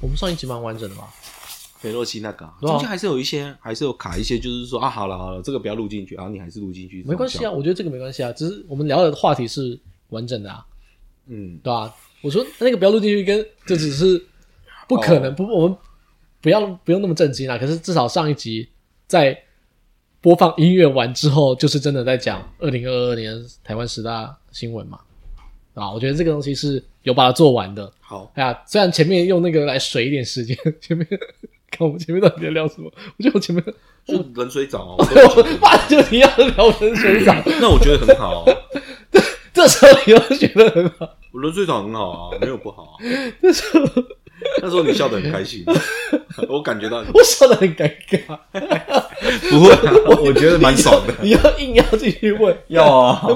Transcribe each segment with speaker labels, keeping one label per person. Speaker 1: 我们上一集蛮完整的嘛，
Speaker 2: 裴洛西那个、啊，
Speaker 1: 对啊
Speaker 2: 中间还是有一些，还是有卡一些，就是说啊，好了好了，这个不要录进去，然后你还是录进去，
Speaker 1: 没关系
Speaker 2: 这种
Speaker 1: 啊，
Speaker 2: 效果，
Speaker 1: 我觉得这个没关系啊，只是我们聊的话题是完整的啊，
Speaker 2: 嗯，
Speaker 1: 对吧、我说那个不要录进去跟，这只是不可能，
Speaker 2: 哦
Speaker 1: 不，我们不要不用那么震惊啊。可是至少上一集在播放音乐完之后，就是真的在讲二零二二年台湾十大新闻嘛，啊，我觉得这个东西是有把它做完的。
Speaker 2: 好，
Speaker 1: 哎呀，虽然前面用那个来水一点时间， 前面看我们前面到底在聊什么，我觉得我前面 嗯
Speaker 2: 就冷水澡、啊，我都
Speaker 1: 我 爸就你要聊冷水澡，
Speaker 2: 那我觉得很好、啊，
Speaker 1: 这时候你又觉得很好，
Speaker 2: 我冷水澡很好啊，没有不好、 啊。
Speaker 1: 这时候
Speaker 2: 那时候你笑得很开心，啊我感觉到你
Speaker 1: 我笑得很尴尬。
Speaker 2: 不会、啊，我觉得蛮爽的。
Speaker 1: 你要硬要继续 问，
Speaker 3: 要啊，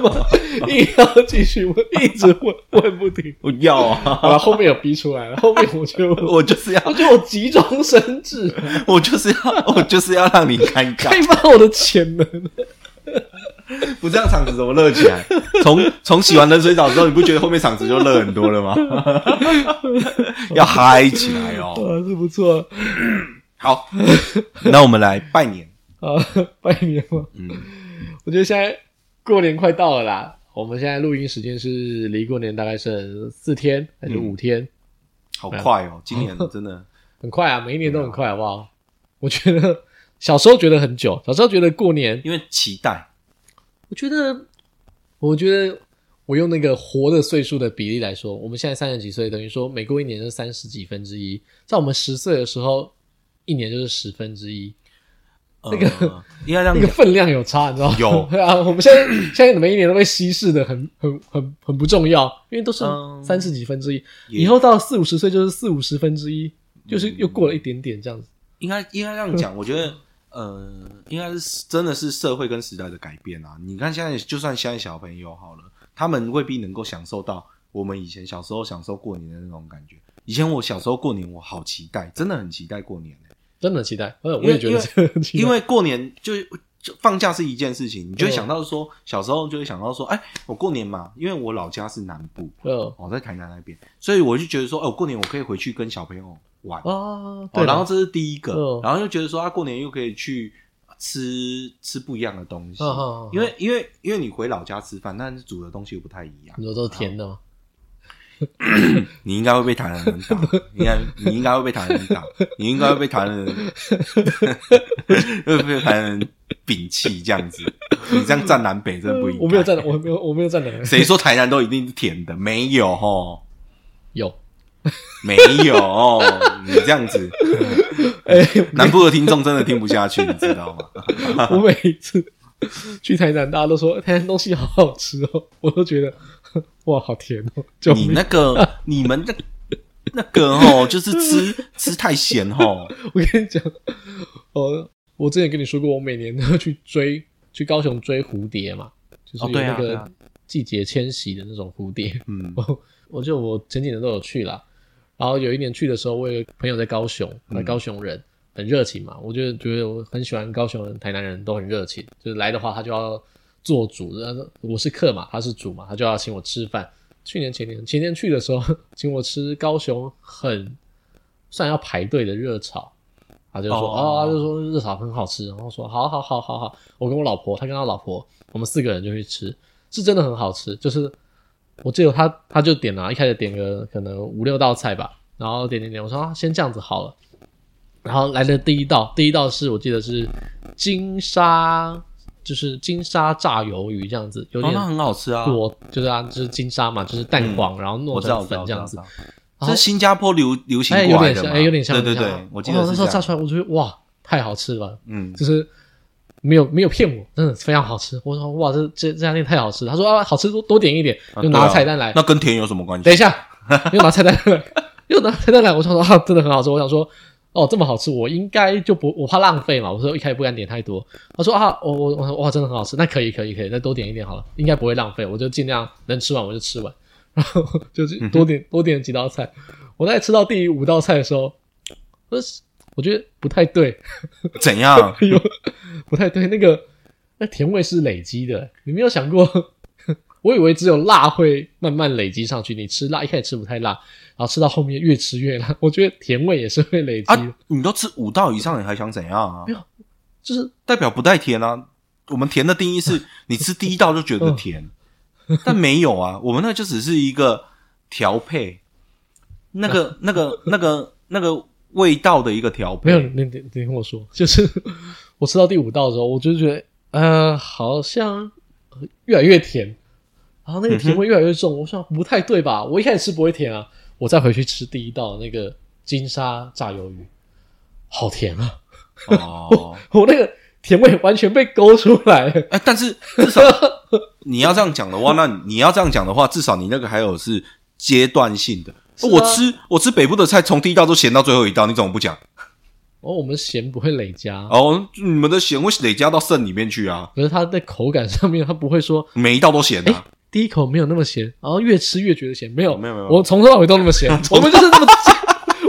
Speaker 1: 硬要继续问，一直问问不停。
Speaker 3: 我要啊，
Speaker 1: 好了，后面有逼出来了，后面我 就我
Speaker 3: 我就是要，
Speaker 1: 就我急中生智，
Speaker 3: 我就是要，我就是要让你尴尬
Speaker 1: 开。发我的潜能。
Speaker 3: 不这样场子怎么热起来？从从洗完冷水澡之后，你不觉得后面场子就热很多了吗？要嗨起来哦！
Speaker 1: 啊，是不错
Speaker 3: 好，那我们来拜年。
Speaker 1: 啊，拜年嘛。
Speaker 3: 嗯，
Speaker 1: 我觉得现在过年快到了啦，我们现在录音时间是离过年大概剩四天还是五
Speaker 2: 嗯
Speaker 1: 天，
Speaker 3: 好快哦，今年真的
Speaker 1: 很快啊，每一年都很快，好不好？我觉得小时候觉得很久，小时候觉得过年，
Speaker 3: 因为期待，
Speaker 1: 我觉得，我觉得我用那个活的岁数的比例来说，我们现在三十几岁，等于说每过一年是三十几分之一，在我们十岁的时候，一年就是十分之一，
Speaker 3: 那个呃 应该让
Speaker 1: 那个分量有差，你知道吗？
Speaker 3: 有
Speaker 1: 对啊，我们现在现在每一年都被稀释的很很很很不重要，因为都是
Speaker 3: 嗯
Speaker 1: 三十几分之一，
Speaker 3: 也
Speaker 1: 以后到四五十岁就是四五十分之一，就是又过了一点点这样子。
Speaker 3: 应该应该这样讲，我觉得呃，应该是真的是社会跟时代的改变啊。你看现在，就算现在小朋友好了，他们未必能够享受到我们以前小时候享受过年的那种感觉。以前我小时候过年，我好期待，真的很期待过年、欸
Speaker 1: 真的很期待，呃我
Speaker 3: 因为
Speaker 1: 也觉得是很期待
Speaker 3: 因为过年就就放假是一件事情，你就会
Speaker 1: 嗯
Speaker 3: 想到说，小时候就会想到说，哎，我过年嘛，因为我老家是南部，哦
Speaker 1: 呃
Speaker 3: 我、在台南那边，所以我就觉得说，哦，过年我可以回去跟小朋友玩。
Speaker 1: 啊，对
Speaker 3: 哦，
Speaker 1: 了，
Speaker 3: 然后这是第一个，
Speaker 1: 嗯
Speaker 3: 然后又觉得说他啊过年又可以去吃吃不一样的东西，
Speaker 1: 嗯嗯嗯
Speaker 3: 因为因为因为你回老家吃饭，但是煮的东西又不太一样
Speaker 1: 你，说都是甜的吗？
Speaker 3: 你应该会被台南 人打，应该你应该会被台南人打，你应该会被台 南人会被台南人摒弃这样子，你这样站南北真的不应该。
Speaker 1: 我没有站，我没有，我没有站的。
Speaker 3: 谁说台南都一定是甜的？没有吼，
Speaker 1: 有？
Speaker 3: 没有，你这样子，
Speaker 1: 哎、
Speaker 3: 南部的听众真的听不下去，你知道吗？
Speaker 1: 我每次去台南，大家都说台南东西好好吃哦，我都觉得 哇，好甜哦。就
Speaker 3: 你那个你们那那个哦，就是吃吃太咸哦，
Speaker 1: 我跟你讲，呃，我之前跟你说过，我每年都要去追去高雄追蝴蝶嘛，就是
Speaker 3: 哦
Speaker 1: 有
Speaker 3: 对
Speaker 1: 那
Speaker 3: 啊对
Speaker 1: 个
Speaker 3: 啊
Speaker 1: 季节迁徙的那种蝴蝶。
Speaker 3: 嗯
Speaker 1: 我我就我前几年都有去啦，然后有一年去的时候，我有个朋友在高雄，那高雄人、很热情嘛，我就觉得我很喜欢高雄人、台南人都很热情，就是来的话他就要做主，他说我是客嘛，他是主嘛，他就要请我吃饭。去年前年前年去的时候， 请我吃高雄很算要排队的热炒。他就说
Speaker 3: 哦
Speaker 1: 哦，他就说热炒很好吃，然后说好好好好好，我跟我老婆，他跟他老婆，我们四个人就去吃，是真的很好吃。就是我记得他他就点了、一开始点个可能五六道菜吧，然后点点点，我说、啊、先这样子好了。然后来的第一道，第一道是我记得是金沙，就是金沙炸鱿鱼这样子，有
Speaker 3: 哦
Speaker 1: 点
Speaker 3: 那很好吃啊，
Speaker 1: 多，就是啊，就是金沙嘛，就是蛋黄，然后
Speaker 3: 我
Speaker 1: 弄
Speaker 3: 知
Speaker 1: 成
Speaker 3: 道我知
Speaker 1: 粉
Speaker 3: 道
Speaker 1: 这样子，
Speaker 3: 我知道我知道
Speaker 1: 然
Speaker 3: 这
Speaker 1: 后
Speaker 3: 是新加坡流流行
Speaker 1: 哎，有
Speaker 3: 过来
Speaker 1: 点
Speaker 3: 的
Speaker 1: 像，
Speaker 3: 嘛，
Speaker 1: 哎，有点像，
Speaker 3: 对对
Speaker 1: 有点
Speaker 3: 对
Speaker 1: 像，
Speaker 3: 我记得
Speaker 1: 哦
Speaker 3: 是
Speaker 1: 那时候
Speaker 3: 这样
Speaker 1: 炸出来，我觉得哇，太好吃了，
Speaker 3: 嗯，
Speaker 1: 就是没有没有骗我，真的非常好吃。我说哇，这这这家店太好吃了。他说啊，好吃多多点一点，
Speaker 3: 啊
Speaker 1: 就
Speaker 3: 对
Speaker 1: 拿
Speaker 3: 啊
Speaker 1: 菜单来。
Speaker 3: 那跟甜有什么关系？
Speaker 1: 等一下，又拿菜单来， 又拿菜单来。我想说啊，真的很好吃。我想说哦，这么好吃，我应该就不我怕浪费嘛。我说一开始不敢点太多。他说啊，我我我说哇，真的很好吃，那可以可以可以，再多点一点好了，应该不会浪费，我就尽量能吃完我就吃完，然后就是多点多点几道菜。我在吃到第五道菜的时候，我就是我觉得不太对。
Speaker 3: 怎样？
Speaker 1: 有不太对，那个那甜味是累积的，你没有想过 我以为只有辣会慢慢累积上去，你吃辣一开始吃不太辣，然后吃到后面越吃越辣。 我觉得甜味也是会累积的，
Speaker 3: 啊，你都吃五道以上，你还想怎样啊
Speaker 1: 没？有就是
Speaker 3: 代表不带甜啊。我们甜的定 义是你吃第一道就觉
Speaker 1: 嗯
Speaker 3: 得甜，但没 有啊，我们那就只是一个调配，那个、那个、那个、那个味道的一个调
Speaker 1: 没有。
Speaker 3: 配。
Speaker 1: 你你你听我说，就是我吃到第五道的时候，我就觉得呃，好像呃越来越甜，然后那个甜味越来越重。我想不太对吧？我一开始吃不会甜啊，我再回去吃第一道那个金沙炸鱿鱼，好甜啊！
Speaker 3: 哦，
Speaker 1: 我那个甜味完全被勾出来了。
Speaker 3: 哎，但是至少你要这样讲 的话，那你要这样讲的话，至少你那个还有是阶段性的。
Speaker 1: 是啊
Speaker 3: 我吃我吃北部的菜，从第一道都咸到最后一道，你怎么不讲？
Speaker 1: 哦，我们咸不会累加，
Speaker 3: 哦，你们的咸会累加到肾里面去啊，
Speaker 1: 可是它在口感上面，它不会说
Speaker 3: 每一道都咸啊。
Speaker 1: 第一口没有那么咸，然后越吃越觉得咸，没有
Speaker 3: 没有没有
Speaker 1: 我从头到尾都那么咸，我们就是这么 咸，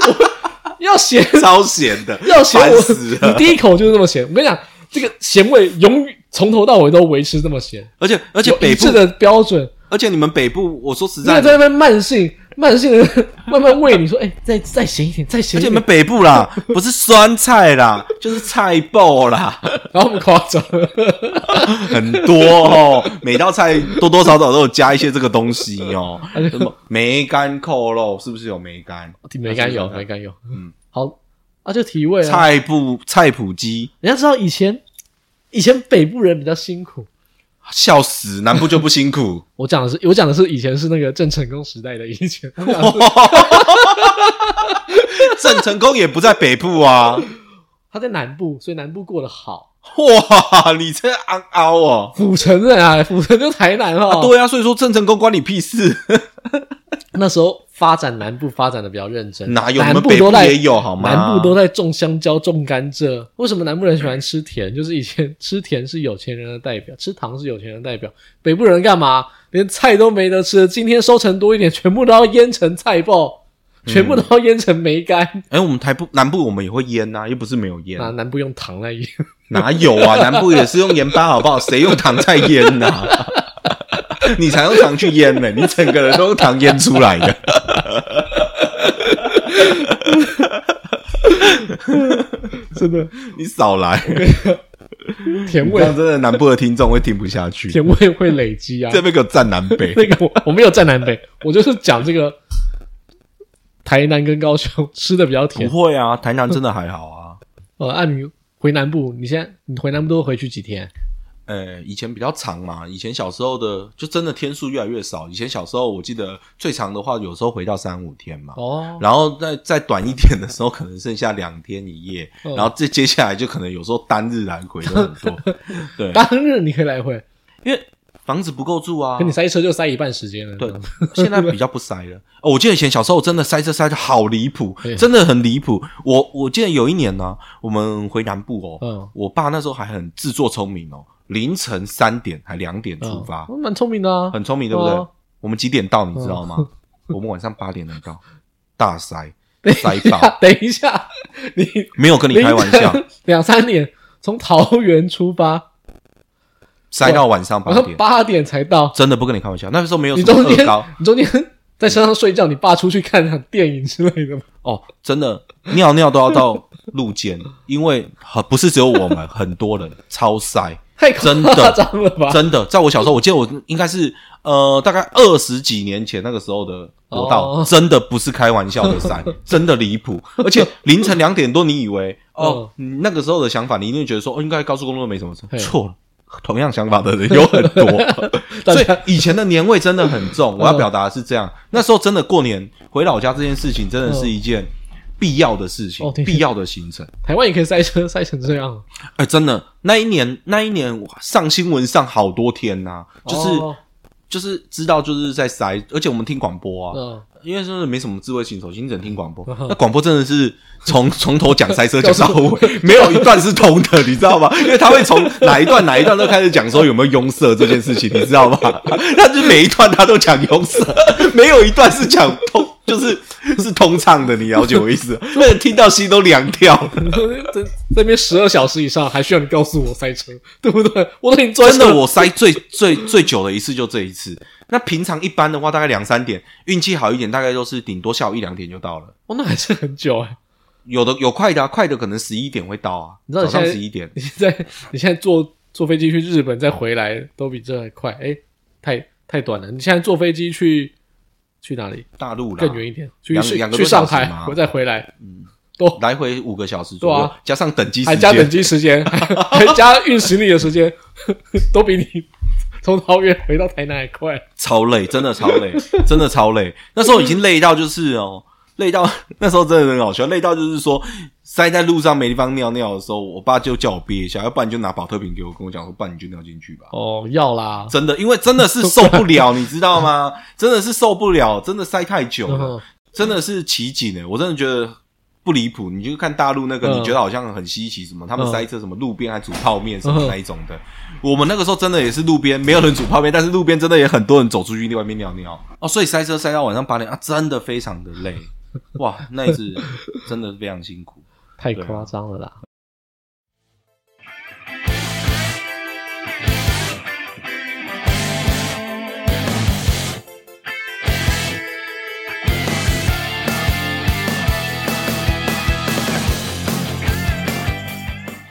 Speaker 1: 我要咸，
Speaker 3: 超咸的
Speaker 1: 哎要咸，
Speaker 3: 烦
Speaker 1: 我
Speaker 3: 死
Speaker 1: 你
Speaker 3: 了！
Speaker 1: 第一口就是这么咸，我跟你讲，这个咸味永远从头到尾都维持这么咸，
Speaker 3: 而且而
Speaker 1: 而
Speaker 3: 且北部
Speaker 1: 的标准，
Speaker 3: 而且你们北部，我说实
Speaker 1: 你在
Speaker 3: 在，
Speaker 1: 在那边慢性慢性的 慢慢喂你说，哎、再再咸一点，再咸
Speaker 3: 而
Speaker 1: 一
Speaker 3: 且
Speaker 1: 点
Speaker 3: 你们，北部啦，不是酸菜啦，就是菜爆啦，
Speaker 1: 然后我们夸张，
Speaker 3: 很多哦，每道菜多多少少都有加一些这个东西 哦，什么梅干扣肉是不是有梅干？
Speaker 1: 没敢有，
Speaker 3: 还是
Speaker 1: 没敢有，
Speaker 3: 嗯，
Speaker 1: 好，啊，就提味啊，
Speaker 3: 菜脯菜脯鸡，
Speaker 1: 你要知道以前以前北部人比较辛苦，
Speaker 3: 笑死，南部就不辛苦，
Speaker 1: 我讲的是我讲的是以前是那个郑成功时代的以前，我讲的是
Speaker 3: 郑成功也不在北部啊，
Speaker 1: 他在南部，所以南部过得好。
Speaker 3: 哇，你这昂凹哦。
Speaker 1: 府城人啊，府城就台南哦、
Speaker 3: 对啊，所以说郑成功关你 屁事，
Speaker 1: 那时候发展南部发展的比较认真，
Speaker 3: 哪有？我
Speaker 1: 南
Speaker 3: 们
Speaker 1: 部
Speaker 3: 北
Speaker 1: 都
Speaker 3: 部
Speaker 1: 在
Speaker 3: 也有好吗？
Speaker 1: 南部都在种香蕉、种甘蔗。为什么南部人喜欢吃甜？就是以前吃甜是有钱人的代表，吃糖是有钱人的代表。北部人干嘛？连菜都没得吃，今天收成多一点，全部都要腌成菜爆，
Speaker 3: 嗯
Speaker 1: 全部都要腌成梅干。
Speaker 3: 哎、我们台部南部我们也会腌呐、又不是没有腌，
Speaker 1: 啊，南部用糖来腌。
Speaker 3: 哪有 啊？南部也是用盐巴，好不好？谁用糖在腌呐、 你才用糖去腌呢、你整个人都用糖腌出来的。
Speaker 1: 真的
Speaker 3: 你少来，
Speaker 1: 甜
Speaker 3: 这
Speaker 1: 味
Speaker 3: 样真的南部的听众会听不下去。
Speaker 1: 甜味会累积啊
Speaker 3: 这。边给我站南北，
Speaker 1: 那个我我没有站南北，我就是讲这个台南跟高雄吃的比较
Speaker 3: 不
Speaker 1: 甜。
Speaker 3: 会啊，台南真的还好啊。
Speaker 1: 呃，按、你回南部，你现在你回南部都回去几天？
Speaker 3: 呃，以前比较长嘛，以前小时候的就真的天数越来越少。以前小时候我记得最长的话，有时候回到三五天嘛。
Speaker 1: 哦，
Speaker 3: 然后再再短一点的时候，可能剩下两天一夜，
Speaker 1: 嗯
Speaker 3: 然后这接下来就可能有时候单日来回都很多，对，
Speaker 1: 当日你可以来回，
Speaker 3: 因为房子不够住啊
Speaker 1: 可。你塞车就塞一半时间了。
Speaker 3: 对， 现在比较不塞了。哦，我记得以前小时候真的塞车塞的好离谱
Speaker 1: 对，
Speaker 3: 真的很离谱。我我记得有一年呢、我们回南部哦，
Speaker 1: 嗯，
Speaker 3: 我爸那时候还很自作聪明哦，凌晨三点还两点出发，
Speaker 1: 嗯蛮聪明的啊。
Speaker 3: 很聪明，对不对？
Speaker 1: 哦
Speaker 3: 我们几点到你知道吗？ 我们晚上八点能到，大塞塞爆，
Speaker 1: 等一下，你
Speaker 3: 没有跟你开 玩笑。，
Speaker 1: 两三点从桃园出发，
Speaker 3: 塞到晚上
Speaker 1: 晚
Speaker 3: 八
Speaker 1: 上
Speaker 3: 点，
Speaker 1: 八点才到，
Speaker 3: 真的不跟你开玩笑。那个时候没有
Speaker 1: 你
Speaker 3: 什么
Speaker 1: 中
Speaker 3: 乐
Speaker 1: 间
Speaker 3: 高
Speaker 1: 你中间在车上睡觉，你爸出去看场电影之类的吗？
Speaker 3: 哦，真的尿尿都要到路肩，因为很不是只有我们，很多人超塞，
Speaker 1: 太夸
Speaker 3: 真的
Speaker 1: 张了吧？
Speaker 3: 真的。在我小时候，我记得我应该是呃大概二十几年前那个时候的国道，
Speaker 1: 哦
Speaker 3: 真的不是开玩笑 的塞，真的离谱。而且凌晨两点多，你以为哦、你那个时候的想法，你一定觉得说哦应该高速公路没什么事
Speaker 1: 嘿，
Speaker 3: 错了。同样想法的人有很 多，
Speaker 1: 大
Speaker 3: 所以
Speaker 1: 家
Speaker 3: 以前的年味真的很 重。我要表达的是这样，那时候真的过年回老家这件事情，真的是一件必要的事情
Speaker 1: 哦，对
Speaker 3: 必要的行程。
Speaker 1: 台湾也可以塞车塞成这样，
Speaker 3: 哎，真的，那一年那一年我上新闻上好多天呐、就是、
Speaker 1: 哦
Speaker 3: 就是知道就是在塞，而且我们听广播啊，
Speaker 1: 嗯
Speaker 3: 因为真的没什么智慧型手机，你只能听广播。那广播真的是从 从头讲塞车讲到尾，没有一段是通的，你知道吗？ 因为他会从哪一段哪一段都开始讲说有没有拥塞这件事情，你知道吗？ 他就每一段他都讲拥塞， 没有一段是讲通，就是 是通畅的，你了解我意思？ 那人听到心都凉掉了。
Speaker 1: 这这边十二小时以上，还需要你告诉我塞车，对不对？我都已经钻
Speaker 3: 真的，我塞最最最久的一次就这一次。那平常一般的话，大概两三点，运气好一点，大概都是顶多下午一两点就到了。
Speaker 1: 哦，那还是很久哎、
Speaker 3: 有的有快的、啊，快的可能十一点会到啊，
Speaker 1: 你知道
Speaker 3: 早
Speaker 1: 你现
Speaker 3: 上
Speaker 1: 在
Speaker 3: 十一点。
Speaker 1: 你现在你现在坐坐飞机去日本再回来都比这还快，哎、太太短了。你现在坐飞机去去哪里？
Speaker 3: 大陆啦，
Speaker 1: 更远一点，去
Speaker 3: 两
Speaker 1: 去
Speaker 3: 两个
Speaker 1: 去
Speaker 3: 多
Speaker 1: 上
Speaker 3: 小时
Speaker 1: 海
Speaker 3: 嘛，
Speaker 1: 我再回来，
Speaker 3: 来回五个小时左右，
Speaker 1: 对啊
Speaker 3: 加上等机
Speaker 1: 还
Speaker 3: 时
Speaker 1: 加等
Speaker 3: 间，
Speaker 1: 机时间，还还加运行李的时间， 都比你从桃园回到台南还快。
Speaker 3: 超累，真的超累， 真的超累。那时候已经累到就是哦，累到 那时候真的很好笑，累到就是说塞在路上没地方尿尿的时候，我爸就叫我憋一下，要不然你就拿保特瓶给我，跟我讲说，不然你就尿进去吧。
Speaker 1: 哦，要啦，
Speaker 3: 真的，因为真的是受不了，你知道吗？真的是受不了，真的塞太久了，
Speaker 1: 嗯
Speaker 3: 真的是奇景欸诶、我真的觉得不离谱。你就看大陆那个，
Speaker 1: 嗯
Speaker 3: 你觉得好像很稀奇，什么他们
Speaker 1: 嗯
Speaker 3: 塞车，什么路边还煮泡面什么
Speaker 1: 嗯
Speaker 3: 那一种的。我们那个时候真的也是路边没有人煮泡面，但是路边真的也很多人走出去外面尿尿哦，所以塞车塞到晚上八点啊，真的非常的累。哇，那一次真的非常辛苦。
Speaker 1: 太
Speaker 3: 对啊
Speaker 1: 夸张了啦。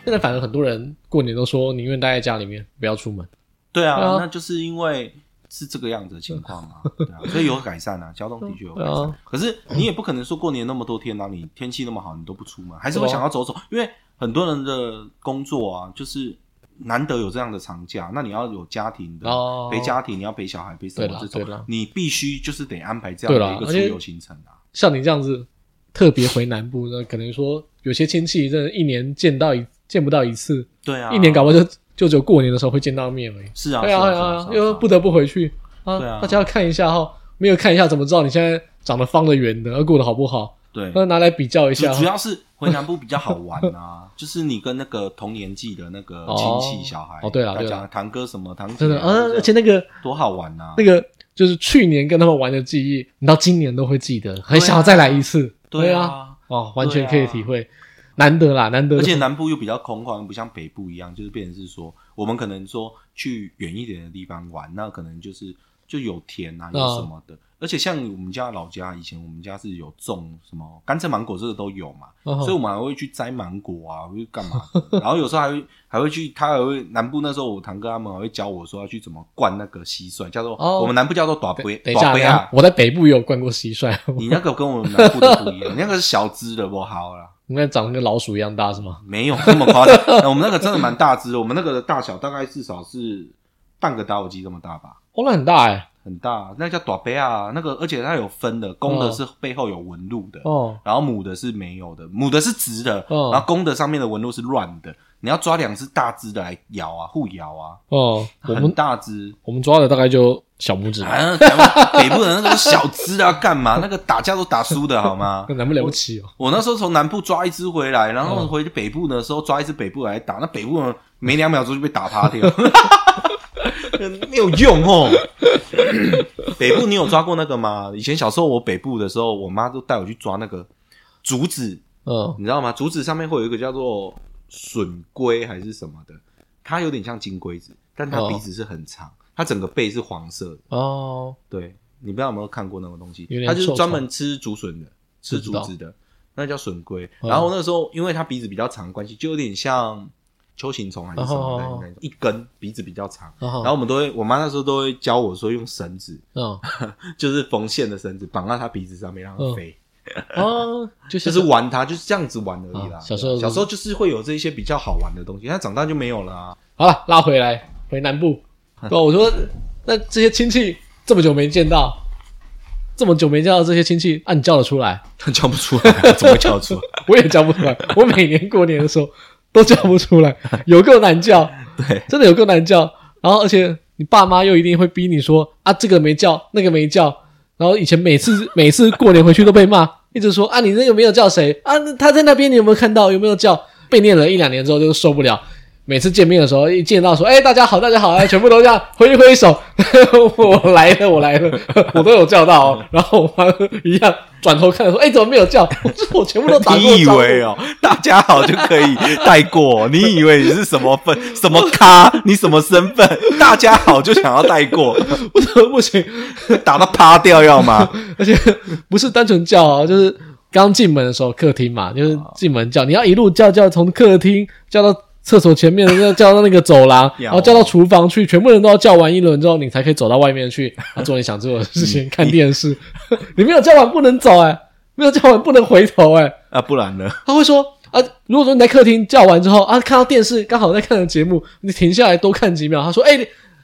Speaker 1: 现在反而很多人过年都说宁愿待在家里面，不要出门。
Speaker 3: 对啊，
Speaker 1: 对啊
Speaker 3: 那就是因为是这个样子的情况 啊，对啊，所以有改善啊，交通的确有改
Speaker 1: 对
Speaker 3: 善
Speaker 1: 啊。
Speaker 3: 可是你也不可能说过年那么多天啊，你天气那么好，你都不出门，
Speaker 1: 啊
Speaker 3: 还是会想要走走，因为很多人的工作啊，就是难得有这样的长假，那你要有家庭的
Speaker 1: 哦
Speaker 3: 陪家庭，你要陪小孩陪什
Speaker 1: 对啦
Speaker 3: 么这
Speaker 1: 对啦
Speaker 3: 种，你必须就是得安排这样的一个出
Speaker 1: 对啦
Speaker 3: 游行程啊。
Speaker 1: 像你这样子特别回南部，那可能说有些亲戚真的一年见到一见不到一次，
Speaker 3: 对啊，
Speaker 1: 一年搞不好就就只有过年的时候会见到面而已。
Speaker 3: 是啊，
Speaker 1: 对
Speaker 3: 是
Speaker 1: 啊
Speaker 3: 啊，
Speaker 1: 对
Speaker 3: 是
Speaker 1: 啊
Speaker 3: 啊，
Speaker 1: 因为不得不回去啊
Speaker 3: 对啊
Speaker 1: 大家要看一下哈，没有看一下怎么知道你现在长得方的圆的，而过得好不好？
Speaker 3: 对，
Speaker 1: 那拿来比较一
Speaker 3: 主
Speaker 1: 下哦
Speaker 3: 主
Speaker 1: 哈，
Speaker 3: 要是回南部比较好玩啊，就是你跟那个同年纪的那个亲戚小孩，
Speaker 1: 哦哦对啦
Speaker 3: 大
Speaker 1: 对
Speaker 3: 家
Speaker 1: 啦
Speaker 3: 堂哥什么堂姐啊
Speaker 1: 真的啊，
Speaker 3: 这样
Speaker 1: 而且那个
Speaker 3: 多好玩啊呐、
Speaker 1: 那个就是去年跟他们玩的记忆，你到今年都会记得，很想要再来一次。
Speaker 3: 啊对
Speaker 1: 啊，
Speaker 3: 啊，
Speaker 1: 哦，完全可以体会，难得啦，难得。
Speaker 3: 而且南部又比较空旷，不像北部一样，就是变成是说，我们可能说去远一点的地方玩，那可能就是就有田啊，有
Speaker 1: 嗯
Speaker 3: 什么的。而且像我们家老家，以前我们家是有种什么甘蔗、芒果，这个都有嘛。
Speaker 1: 哦
Speaker 3: 所以我们还会去摘芒果啊，会去干嘛的？ 然后有时候还会还会去，他还会南部那时候我堂哥他们还会教我说要去怎么灌那个蟋蟀，叫做、
Speaker 1: 哦
Speaker 3: 我们南部叫做短杯，
Speaker 1: 等一下，等一
Speaker 3: 短杯
Speaker 1: 下
Speaker 3: 啊，。
Speaker 1: 我在北部也有灌过蟋 蟀，
Speaker 3: 你那个跟我们南部的不一样，你那个是小只的，不好啦，
Speaker 1: 你那长得跟老鼠一样大是吗？
Speaker 3: 没有这么夸张。那我们那个真的蛮大只的，我们那个的大小大概至少是半个打火机这么大欸吧，
Speaker 1: 哦，那很大哎，
Speaker 3: 很大。那叫短杯啊，那个而且它有分的，公的是背后有纹路的，
Speaker 1: 哦，
Speaker 3: 然后母的是没有的，母的是直的，
Speaker 1: 嗯
Speaker 3: 然后公的上面的纹路是乱的。你要抓两只大只的来咬啊，互咬啊，
Speaker 1: 哦，我
Speaker 3: 很
Speaker 1: 们
Speaker 3: 大只。
Speaker 1: 我们抓的大概就小拇指吧，
Speaker 3: 啊，台湾北部人那个小只的要干嘛？ 那个打架都打输的好吗？
Speaker 1: 那难不了不起哦。
Speaker 3: 我那时候从南部抓一只回来，然后
Speaker 1: 嗯
Speaker 3: 回北部的时候抓一只北部来打，那北部人没两秒钟就被打趴掉，没有用哦。 北部你有抓过那个吗？以前小时候我北部的时候，我妈都带我去抓那个竹子，
Speaker 1: 嗯，
Speaker 3: 你知道吗？竹子上面会有一个叫做笋龟还是什么的，它有点像金龟子，但它
Speaker 1: 哦
Speaker 3: 鼻子是很长，它整个背是黄色的。
Speaker 1: 哦，
Speaker 3: 对，你不知道有没有看过那个东西
Speaker 1: 有？点
Speaker 3: 它就是
Speaker 1: 臭
Speaker 3: 专
Speaker 1: 虫
Speaker 3: 门吃竹笋的，吃
Speaker 1: 不知
Speaker 3: 竹
Speaker 1: 道
Speaker 3: 子的，那叫笋龟。
Speaker 1: 嗯
Speaker 3: 然后那时候，因为它鼻子比较长的关系，就有点像秋行虫还是什么的
Speaker 1: 哦哦哦哦
Speaker 3: 那种，一根鼻子比较长。
Speaker 1: 然
Speaker 3: 然后我们都会，我妈那时候都会教我说用绳子，
Speaker 1: 嗯，
Speaker 3: 就是缝线的绳子绑到它鼻子上面让它飞，
Speaker 1: 哦，就
Speaker 3: 就是玩它，就是这样子玩而已啦。
Speaker 1: 啊小时候
Speaker 3: 对啊小时候就是会有这一些比较好玩的东西，但长大就没有了啊。
Speaker 1: 好了，拉回来，回南部。对
Speaker 3: 嗯
Speaker 1: 吧？我说，那这些亲戚这么久没见到，这么久没见到这些亲戚，啊，你叫得出来？
Speaker 3: 叫不出来啊，怎么会叫得出来？
Speaker 1: 我也叫不出来。我每年过年的时候都叫不出 来，有够难叫，
Speaker 3: 对，
Speaker 1: 真的有够难叫。然后，而且你爸妈又一定会逼你说啊，这个没叫，那个没叫。然后以前每次每次过年回去都被骂，一直说啊你那个没有叫谁啊，那他在那边你有没有看到有没有叫？被念了一两年之后就受不了。每次见面的时候，一见到说：“哎、大家好，大家好！”哎，全部都这样挥一挥手， 我来了，我来了，我都有叫到、哦。然后我妈一样转头看，说：“哎、怎么没有叫？”我说：“我全部都打过招呼。”
Speaker 3: 你以为哦，大家好就可以带过？你以为你是什么分、什么咖、你什么身份？大家好就想要带过，
Speaker 1: 不得不行，
Speaker 3: 打到趴掉要吗？
Speaker 1: 而且不是单纯叫啊，就是刚进门的时候客厅嘛，就是进门叫，你要一路叫叫，从客厅叫到厕所前面，要叫到那个走廊，
Speaker 3: 要
Speaker 1: 然后叫到厨房去，全部人都要叫完一轮之后，你才可以走到外面去，啊、做你想做的事情，看电视。 你没有叫完不能走哎、没有叫完不能回头哎、
Speaker 3: 啊，不然呢？
Speaker 1: 他会说啊，如果说你在客厅叫完之后啊，看到电视刚好在看的节目，你停下来多看几秒。他说，哎、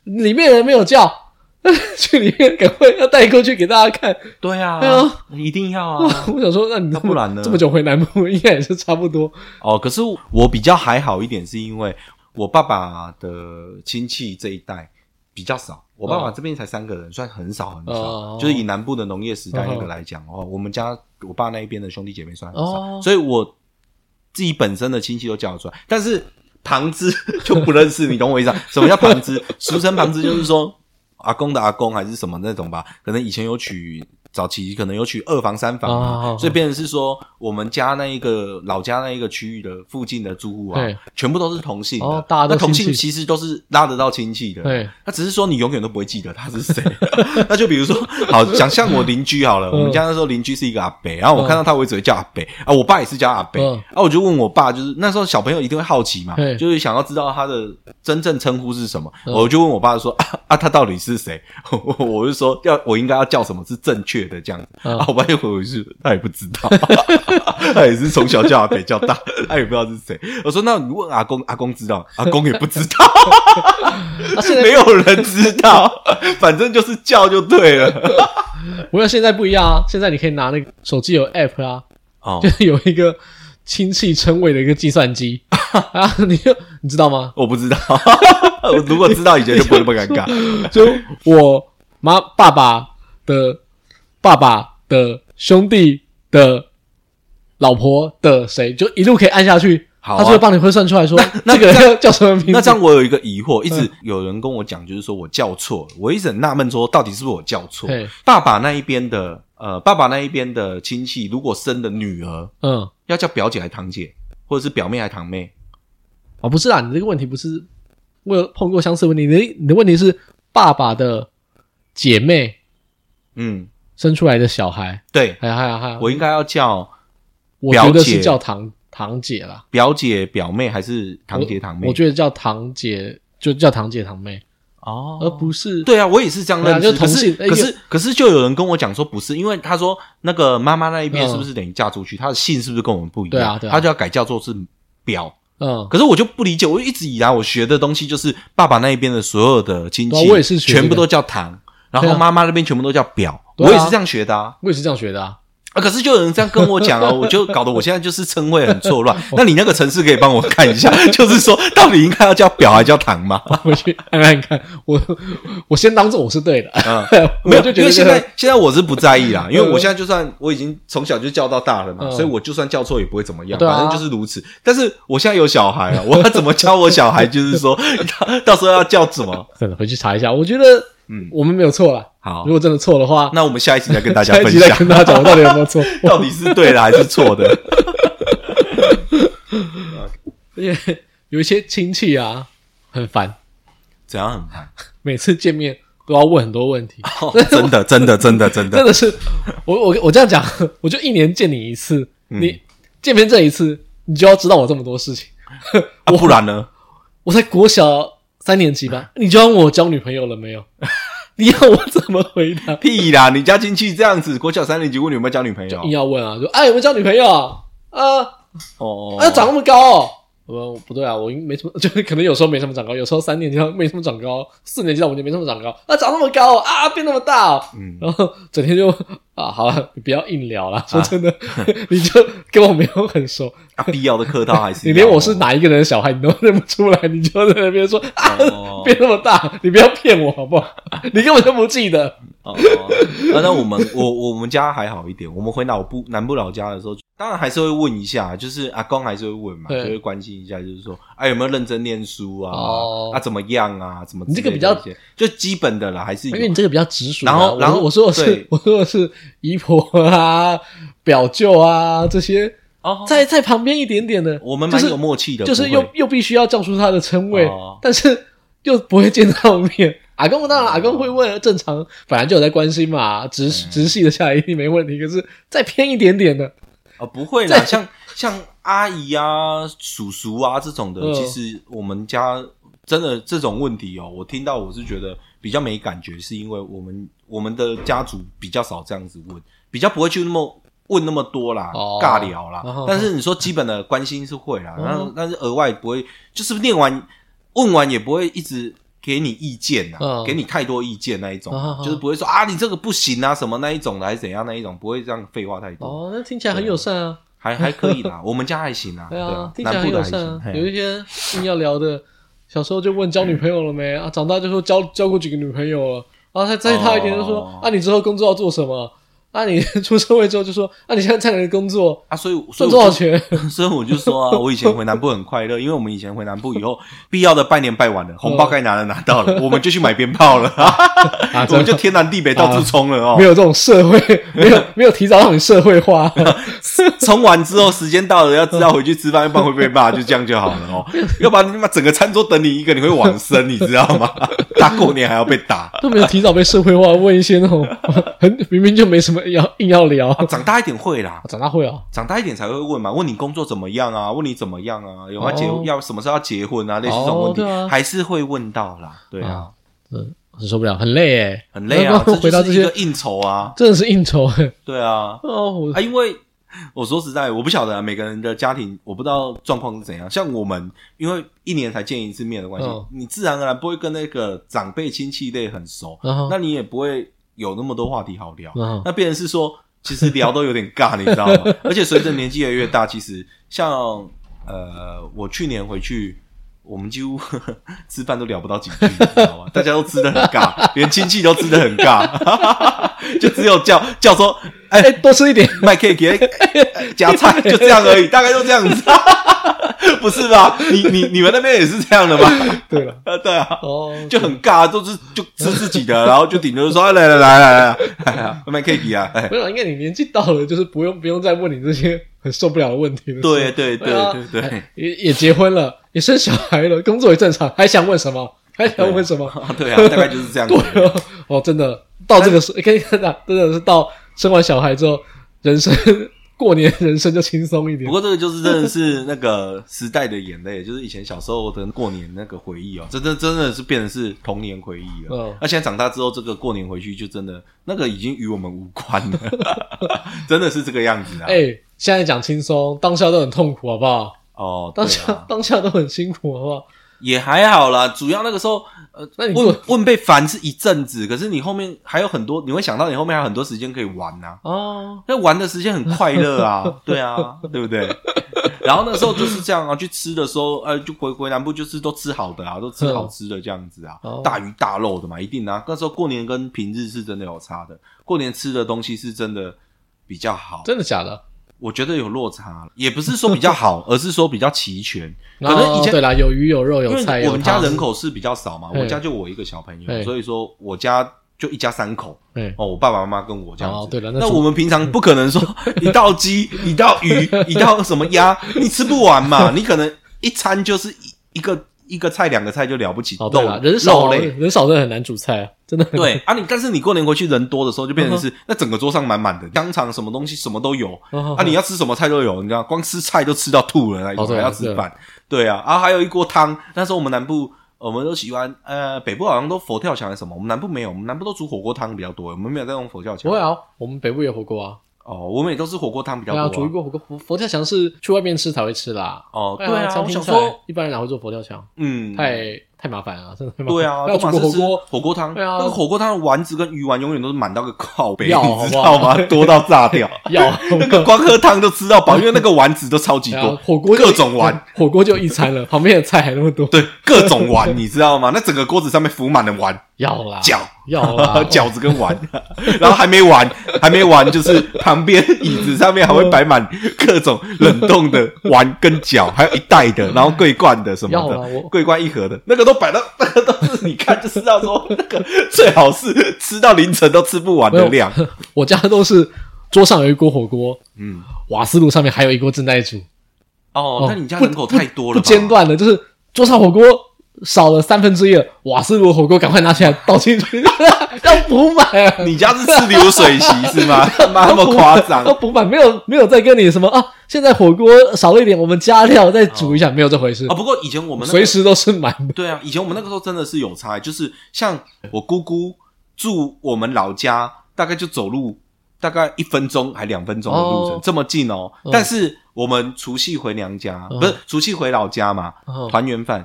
Speaker 1: 你里面人没有叫， 去里面赶快要带过去给大家看。
Speaker 3: 对啊
Speaker 1: 对啊
Speaker 3: 一定要啊。
Speaker 1: 我想说，那你这么
Speaker 3: 那不然呢
Speaker 1: 这么久回南部， 应该也是差不多。
Speaker 3: 哦，可是我比较还好一点，是因为我爸爸的亲戚这一代比较少。我爸爸这边才三个人，算很少很少。
Speaker 1: 哦嗯
Speaker 3: 就是以南部的农业时代那个来讲的话，我们家我爸那一边的兄弟姐妹算很少，
Speaker 1: 哦
Speaker 3: 所以我自己本身的亲戚都叫得出来，但是旁支 就不认识，你懂我意思啊？什么叫旁支？俗称旁支就是说阿公的阿公还是什么那种吧，可能以前有取。早期可能有取二房三房啊嘛，
Speaker 1: 哦
Speaker 3: 所以变成是说，我们家那一个老家那一个区域的附近的住户啊
Speaker 1: 对，
Speaker 3: 全部都是同姓的，
Speaker 1: 哦大家都
Speaker 3: 那同
Speaker 1: 亲
Speaker 3: 姓
Speaker 1: 戚
Speaker 3: 其实都是拉得到亲戚的，
Speaker 1: 对，
Speaker 3: 那只是说你永远都不会记得他是谁。 那就比如说，好，讲像我邻居好了，
Speaker 1: 嗯
Speaker 3: 我们家那时候邻居是一个阿伯，然后我看到他，我也只会叫阿伯啊，我爸也是叫阿伯
Speaker 1: 嗯
Speaker 3: 啊，我就问我爸，就是那时候小朋友一定会好奇嘛
Speaker 1: 嘿，
Speaker 3: 就是想要知道他的真正称呼是什么，
Speaker 1: 嗯
Speaker 3: 我就问我爸说 啊啊，他到底是谁？ 我我就说要我应该要叫什么是正确的这样子
Speaker 1: 嗯
Speaker 3: 啊，我爸就回我是他也不知道， 他也是从小叫阿伯叫大，他也不知道是谁。我说那你问阿公，阿公知道，阿公也不知道。
Speaker 1: 啊，现在
Speaker 3: 没有人知道，反正就是叫就对了。
Speaker 1: 我要现在不一样啊，现在你可以拿那个手机有 app 啊，
Speaker 3: 哦
Speaker 1: 就，是有一个亲戚称谓的一个计算 机啊，你就你知道吗？
Speaker 3: 我不知道， 我如果知道以前就不会那么尴尬。
Speaker 1: 就我妈爸爸的爸爸的兄弟的老婆的谁，就一路可以按下去，
Speaker 3: 好啊
Speaker 1: 他就会帮你会算出来说
Speaker 3: 那
Speaker 1: 这个人要叫什么名字。
Speaker 3: 那这样我有一个疑惑，一
Speaker 1: 嗯
Speaker 3: 直有人跟我讲，就是说我叫错了，我一直很纳闷，说到底是不是我叫错
Speaker 1: 嘿？
Speaker 3: 爸爸那一边的，呃，爸爸那一边的亲戚如果生的女儿，
Speaker 1: 嗯，
Speaker 3: 要叫表姐还堂姐，或者是表妹还堂妹？
Speaker 1: 哦，不是啦，你这个问题不是我有碰过相似的问题，你的你的问题是爸爸的姐妹
Speaker 3: 嗯，
Speaker 1: 生出来的小孩，哎
Speaker 3: 对，
Speaker 1: 还有还有还有，
Speaker 3: 我应该要叫
Speaker 1: 我觉得
Speaker 3: 表姐
Speaker 1: 是叫堂堂姐啦，
Speaker 3: 表姐、表妹还是堂姐、堂妹？
Speaker 1: 我觉得叫堂姐就叫堂姐堂妹，
Speaker 3: 哦
Speaker 1: 而不是
Speaker 3: 对啊，我也是这样
Speaker 1: 对啊
Speaker 3: 认识。
Speaker 1: 就同性哎
Speaker 3: 可是可是可是就有人跟我讲说不是，因为他说那个妈妈那一边
Speaker 1: 嗯
Speaker 3: 是不是等于嫁出去，她的姓是不是跟我们不一样？
Speaker 1: 对啊对啊
Speaker 3: 她就要改叫做是表。
Speaker 1: 嗯，
Speaker 3: 可是我就不理解，我一直以来我学的东西就是爸爸那一边的所有的亲
Speaker 1: 对
Speaker 3: 戚，
Speaker 1: 啊我也是学这个
Speaker 3: 全部都叫堂，然
Speaker 1: 对
Speaker 3: 后
Speaker 1: 啊
Speaker 3: 妈妈那边全部都叫表，
Speaker 1: 对啊
Speaker 3: 我也是这样学的啊。
Speaker 1: 我也是这样学的啊。
Speaker 3: 啊！可是就有人这样跟我讲啊，我就搞得我现在就是称谓很错乱。那你那个城市可以帮我看一下，就是说到底应该要叫表还叫堂吗？
Speaker 1: 回去按按看，我我先当做我是对 的，
Speaker 3: 嗯，
Speaker 1: 啊我
Speaker 3: 没有，
Speaker 1: 就觉
Speaker 3: 因
Speaker 1: 得
Speaker 3: 为
Speaker 1: 这
Speaker 3: 现
Speaker 1: 个
Speaker 3: 在现在我是不在意啦，因为
Speaker 1: 嗯
Speaker 3: 我现在就算我已经从小就叫到大了嘛，
Speaker 1: 嗯
Speaker 3: 所以我就算叫错也不会怎么样，
Speaker 1: 对啊
Speaker 3: 反正就是如此。但是我现在有小孩啊，我要怎么教我小孩？就是说，到到时候要叫什么？
Speaker 1: 真的回去查一下。我觉得，
Speaker 3: 嗯
Speaker 1: 我们没有错啦。
Speaker 3: 好
Speaker 1: 如，果真的错的话，
Speaker 3: 那我们下一集再跟大 家
Speaker 1: 下一
Speaker 3: 分
Speaker 1: 集再
Speaker 3: 享，
Speaker 1: 跟大家讲我 到底有没有错。
Speaker 3: 到底是对的还是错的？
Speaker 1: 而且有一些亲戚啊，很烦，
Speaker 3: 怎样很烦？
Speaker 1: 每次见面都要问很多问题，
Speaker 3: 哦真的，真的，真的，
Speaker 1: 真
Speaker 3: 真的，
Speaker 1: 的是我我我这样讲，我就一年见你一次，
Speaker 3: 嗯
Speaker 1: 你见面这一次，你就要知道我这么多事情。
Speaker 3: 啊不然呢？
Speaker 1: 我在国小三年级吧，你就要问我交女朋友了没有？你要我怎么回答？
Speaker 3: 屁啦！你家亲戚这样子，国小三年级问你有没有交女朋友
Speaker 1: 硬？要问啊，就哎有没有交女朋友啊？啊
Speaker 3: 哦，
Speaker 1: 啊，长那么高哦。我不对啊，我没什么， 就是可能有时候没什么长高，有时候三年级到没什么长高，四年级到五年没什么长高，啊，长那么高哦、啊，变那么大、哦，
Speaker 3: 嗯
Speaker 1: 然后整天就啊，好了，你不要硬聊了， 说真的，你就跟我没有很熟，
Speaker 3: 啊，必要的客套还 是
Speaker 1: 你连
Speaker 3: 要哦
Speaker 1: 我是哪一个人的小孩你都 认不出来，你就在那边说啊，
Speaker 3: 哦
Speaker 1: 变那么大，你不要骗我好不好？你根本就不记得，
Speaker 3: 哦，那、那我们我我们家还好一点，我们回老部南部老家的时候，当然还是会问一下，就是阿公还是会问嘛，就
Speaker 1: 对
Speaker 3: 会关心一下，就是说，哎、有没有认真念书啊？
Speaker 1: 哦
Speaker 3: 啊，怎么样啊？怎么之
Speaker 1: 你这个
Speaker 3: 类
Speaker 1: 比较
Speaker 3: 的一些就基本的啦，还是有
Speaker 1: 因为你这个比较直属啊。
Speaker 3: 然后
Speaker 1: 我
Speaker 3: 然后
Speaker 1: 我说的是
Speaker 3: 对
Speaker 1: 我说的是姨婆啊、表舅啊这些，
Speaker 3: 哦，
Speaker 1: 在在旁边一点点的，
Speaker 3: 我们
Speaker 1: 就
Speaker 3: 蛮
Speaker 1: 是
Speaker 3: 有默契的，
Speaker 1: 就是
Speaker 3: 不会
Speaker 1: 又又必须要叫出他的称谓，
Speaker 3: 哦
Speaker 1: 但是 又不会见到面。阿公当然，阿公会问，正常本来就有在关心嘛，直
Speaker 3: 嗯
Speaker 1: 直系的下来一定没问题。可是再偏一点点的，
Speaker 3: 啊、不会啦，像像阿姨啊、叔叔啊这种的，
Speaker 1: 嗯
Speaker 3: 其实我们家真的这种问题哦，我听到我是觉得比较没感觉，是因为我们我们的家族比较少这样子问，比较不会去那么。问那么多啦，
Speaker 1: 哦
Speaker 3: 尬聊啦，
Speaker 1: 哦
Speaker 3: 但是你说基本的关心是会啦，
Speaker 1: 嗯
Speaker 3: 然后但是额外不会，就是念完问完也不会一直给你意见呐、
Speaker 1: 嗯
Speaker 3: 给你太多意见那一种，
Speaker 1: 哦哦哦
Speaker 3: 就是不会说啊你这个不行啊什么那一种的，还是怎样那一种，不会这样废话太多。
Speaker 1: 哦，那听起来很友善啊。
Speaker 3: 还还可以 啦，我们家还行啊，
Speaker 1: 对啊
Speaker 3: 啊，，
Speaker 1: 听起来
Speaker 3: 南
Speaker 1: 很
Speaker 3: 部的
Speaker 1: 友
Speaker 3: 还
Speaker 1: 善
Speaker 3: 行
Speaker 1: 啊。。有
Speaker 3: 嘿
Speaker 1: 一些硬要聊的，小时候就问交女朋友了没啊，长大就说交交过几个女朋友了，然后再再大一点就说、
Speaker 3: 哦
Speaker 1: 啊，你之后工作要做什么？啊，你 出社会之后就说啊，你现在在哪里工作？
Speaker 3: 啊，所以所
Speaker 1: 赚
Speaker 3: 以
Speaker 1: 多少
Speaker 3: 我就
Speaker 1: 钱？
Speaker 3: 所以我就说啊，我以前回南部很快乐，因为我们以前回南部以后，必要的拜年拜完了，红包该拿的拿到了，我们就去买鞭炮了，
Speaker 1: 嗯啊
Speaker 3: 我们就天南地北到处冲了哦
Speaker 1: 没。有这种社会， 没有没有提早让你社会化，
Speaker 3: 冲完之后时间到了，要知道回去吃饭，要不然会被骂，就这样就好了哦。要不然你妈整个餐桌等你一个，你会往生，你知道 吗？大过年还要被打。
Speaker 1: 都没有提早被社会化。问一些那种 很明明就没什么要硬要 聊，哦
Speaker 3: 啊长大一点会啦，
Speaker 1: 长大会啊，
Speaker 3: 长大一点才会问嘛，问你工作怎么样啊，问你怎么样啊，有没
Speaker 1: 哦
Speaker 3: 有结、要什么时候要结婚啊，类似这种问题、
Speaker 1: 对啊
Speaker 3: 还是会问到啦，对啊，
Speaker 1: 嗯，很受不了，很累哎，
Speaker 3: 很累
Speaker 1: 那
Speaker 3: 啊，
Speaker 1: 不然回到
Speaker 3: 这
Speaker 1: 这
Speaker 3: 就是一
Speaker 1: 些
Speaker 3: 个，应酬啊，
Speaker 1: 真的是应 酬哎。
Speaker 3: 对啊，
Speaker 1: 哦，我
Speaker 3: 啊，因为我说实在，我不晓得、啊、每个人的家庭，我不知道状况是怎样。像我们，因为一年才见一次面的关系，
Speaker 1: 嗯
Speaker 3: 你自然而然不会跟那个长辈亲戚类很熟，
Speaker 1: 然后
Speaker 3: 那你也不会有那么多话题好聊。
Speaker 1: 然后
Speaker 3: 那变成是说，其实聊都有点尬，你知道吗？而且随着年纪越来越大，其实像呃，我去年回去，我们几乎 吃饭都聊不到几句，你知道吗？大家都吃的很尬，连亲戚都吃的很尬， 就只有叫叫说，哎、
Speaker 1: 哎，多吃一点，
Speaker 3: 卖 K 给夹菜，就这样而已，大概就这样子。 不是吧？你你你们那边也是这样的吗？
Speaker 1: 对了，
Speaker 3: 呃，对 啊，
Speaker 1: 哦，
Speaker 3: 就很尬，都是就吃自己的，然后就顶多就说、啊、来来来来来来，卖 K 啊，哎，
Speaker 1: 没有，应该你年纪到了，就是不用不用再问你这些很受不了的问题了。
Speaker 3: 对对对
Speaker 1: 啊
Speaker 3: 对对，
Speaker 1: 也也结婚了，也生小孩了，工作也正常，还想问什么？还想问什么？
Speaker 3: 啊 对啊，大概就是这样子
Speaker 1: 对。哦，哦，真的到这个时，可以看到，真的是到生完小孩之后，人生 过年人生就轻松一点
Speaker 3: 不。过这个就是真的是那个时代的眼泪，就是以前小时候的过年那个回忆哦，真的真的是变成是童年回忆了。
Speaker 1: 嗯
Speaker 3: 那现在长大之后，这个过年回去就真的那个已经与我们无关了， 真的是这个样子啊。
Speaker 1: 哎、现在讲轻松，当下都很痛苦，好不好？
Speaker 3: 哦，对
Speaker 1: 当下、
Speaker 3: 啊，
Speaker 1: 当下都很辛苦，好不好？
Speaker 3: 也还好啦。主要那个时候，呃，
Speaker 1: 那你做
Speaker 3: 问问被烦是一阵子，可是你后面还有很多，你会想到你后面还有很多时间可以玩啊呐、
Speaker 1: 哦，
Speaker 3: 那玩的时间很快 乐啊，对啊，对不对？然后那时候就是这样啊，去吃的时候，呃，就回回南部就是都吃好的啊，都吃好吃的这样子啊
Speaker 1: 嗯哦，
Speaker 3: 大鱼大肉的嘛，一定啊。那时候过年跟平日是真的有差的，过年吃的东西是真的比较好，
Speaker 1: 真的假的？
Speaker 3: 我觉得有落差，也不是说比 较好，而是说比较齐全。可能以
Speaker 1: 哦、
Speaker 3: 前
Speaker 1: 对啦，有鱼有肉
Speaker 3: 因
Speaker 1: 有菜，
Speaker 3: 为我们
Speaker 1: 有汤
Speaker 3: 家人，口是比较少嘛，
Speaker 1: 嘿
Speaker 3: 我家就我一个小朋友
Speaker 1: 嘿，
Speaker 3: 所以说我家就一家三口。
Speaker 1: 哎、
Speaker 3: 哦，我爸爸妈妈跟我这样子。
Speaker 1: 哦对了那
Speaker 3: 那
Speaker 1: 煮
Speaker 3: 我们平常不可能 说一道鸡、一道鱼、一道什么鸭，你吃不 完嘛？你可能一餐就是一一个一个菜、两个菜就了不起，
Speaker 1: 哦
Speaker 3: 肉
Speaker 1: 对啦，人少
Speaker 3: 肉类。
Speaker 1: 人少真的很难煮菜啊，真的很
Speaker 3: 对啊你，但是你过年回去人多的时候，就变
Speaker 1: 嗯
Speaker 3: 成是、那整个桌上满满的，香肠什么东西什么都有，
Speaker 1: 哦
Speaker 3: 啊，你要吃什么菜都有，你知道，光吃菜都吃到吐了那一种，
Speaker 1: 哦对啊
Speaker 3: 还要吃饭。对啊，啊，还有一锅汤。那时候我们南部，我们都喜欢，呃，北部好像都佛跳墙还是什么，我们南部没有，我们南部都煮火锅汤比较多，我们没有在用佛跳墙。
Speaker 1: 不会啊，我们北部也有火锅啊，
Speaker 3: 哦，我们也都是火锅汤比较
Speaker 1: 对
Speaker 3: 多、
Speaker 1: 啊，煮一锅火锅，佛佛跳墙是去外面吃才会吃啦。
Speaker 3: 哦，对
Speaker 1: 哎呀
Speaker 3: 啊，
Speaker 1: 餐
Speaker 3: 我
Speaker 1: 厅
Speaker 3: 想
Speaker 1: 菜
Speaker 3: 说，
Speaker 1: 一般人哪会做佛跳墙？
Speaker 3: 嗯，
Speaker 1: 太太麻烦了，真的太麻烦。
Speaker 3: 对啊，
Speaker 1: 要
Speaker 3: 都
Speaker 1: 煮
Speaker 3: 嘛
Speaker 1: 个
Speaker 3: 是
Speaker 1: 火
Speaker 3: 吃
Speaker 1: 锅，
Speaker 3: 火锅汤，
Speaker 1: 对啊
Speaker 3: 那个火锅汤的丸子跟鱼丸永远都是满到个靠背，
Speaker 1: 要
Speaker 3: 你知
Speaker 1: 好
Speaker 3: 道
Speaker 1: 不
Speaker 3: 吗
Speaker 1: 好？
Speaker 3: 多到 炸掉。
Speaker 1: 要
Speaker 3: 那个光喝汤就吃到饱，因为那个丸子都超级
Speaker 1: 对啊
Speaker 3: 多，
Speaker 1: 火锅就
Speaker 3: 各种丸，
Speaker 1: 火锅就一餐了，旁边的菜还那么多。
Speaker 3: 对，各种丸，你知道吗？那整个锅子上面浮满了丸，
Speaker 1: 要啦，
Speaker 3: 饺
Speaker 1: 要 啦，
Speaker 3: 饺子跟碗，然后还没完，还没完，就是旁边椅子上面还会摆满各种冷冻的碗跟饺，还有一袋的，然后桂冠的什么
Speaker 1: 要啦
Speaker 3: 的
Speaker 1: 我，
Speaker 3: 桂冠一盒的那个都摆到， 那个都是你看就知道说 那个最好是吃到凌晨都吃不完的量，
Speaker 1: 我家都是桌上有一锅火锅，
Speaker 3: 嗯，
Speaker 1: 瓦斯炉上面还有一锅正在煮，
Speaker 3: 哦，那你家人口太多了
Speaker 1: 不
Speaker 3: 吧，
Speaker 1: 间断的，就是桌上火锅少了三分之一了，瓦斯炉火锅赶快拿起来倒进去， 要补满啊，
Speaker 3: 你家是吃流水席 是吗？他妈那么夸张
Speaker 1: 要，补满，没有没有再跟你什么啊，现在火锅少了一点，我们加料再煮一下，没有这回事
Speaker 3: 啊！，不过以前我们那个
Speaker 1: 随时都是满的。
Speaker 3: 对啊，以前我们那个时候真的是有差，就是像我姑姑住我们老家，大概就走路大概一分钟还两分钟的路程，
Speaker 1: 哦
Speaker 3: 这么近哦。
Speaker 1: 嗯
Speaker 3: 但是我们除夕回娘家，
Speaker 1: 嗯
Speaker 3: 不是除夕回老家嘛，
Speaker 1: 嗯
Speaker 3: 团圆饭，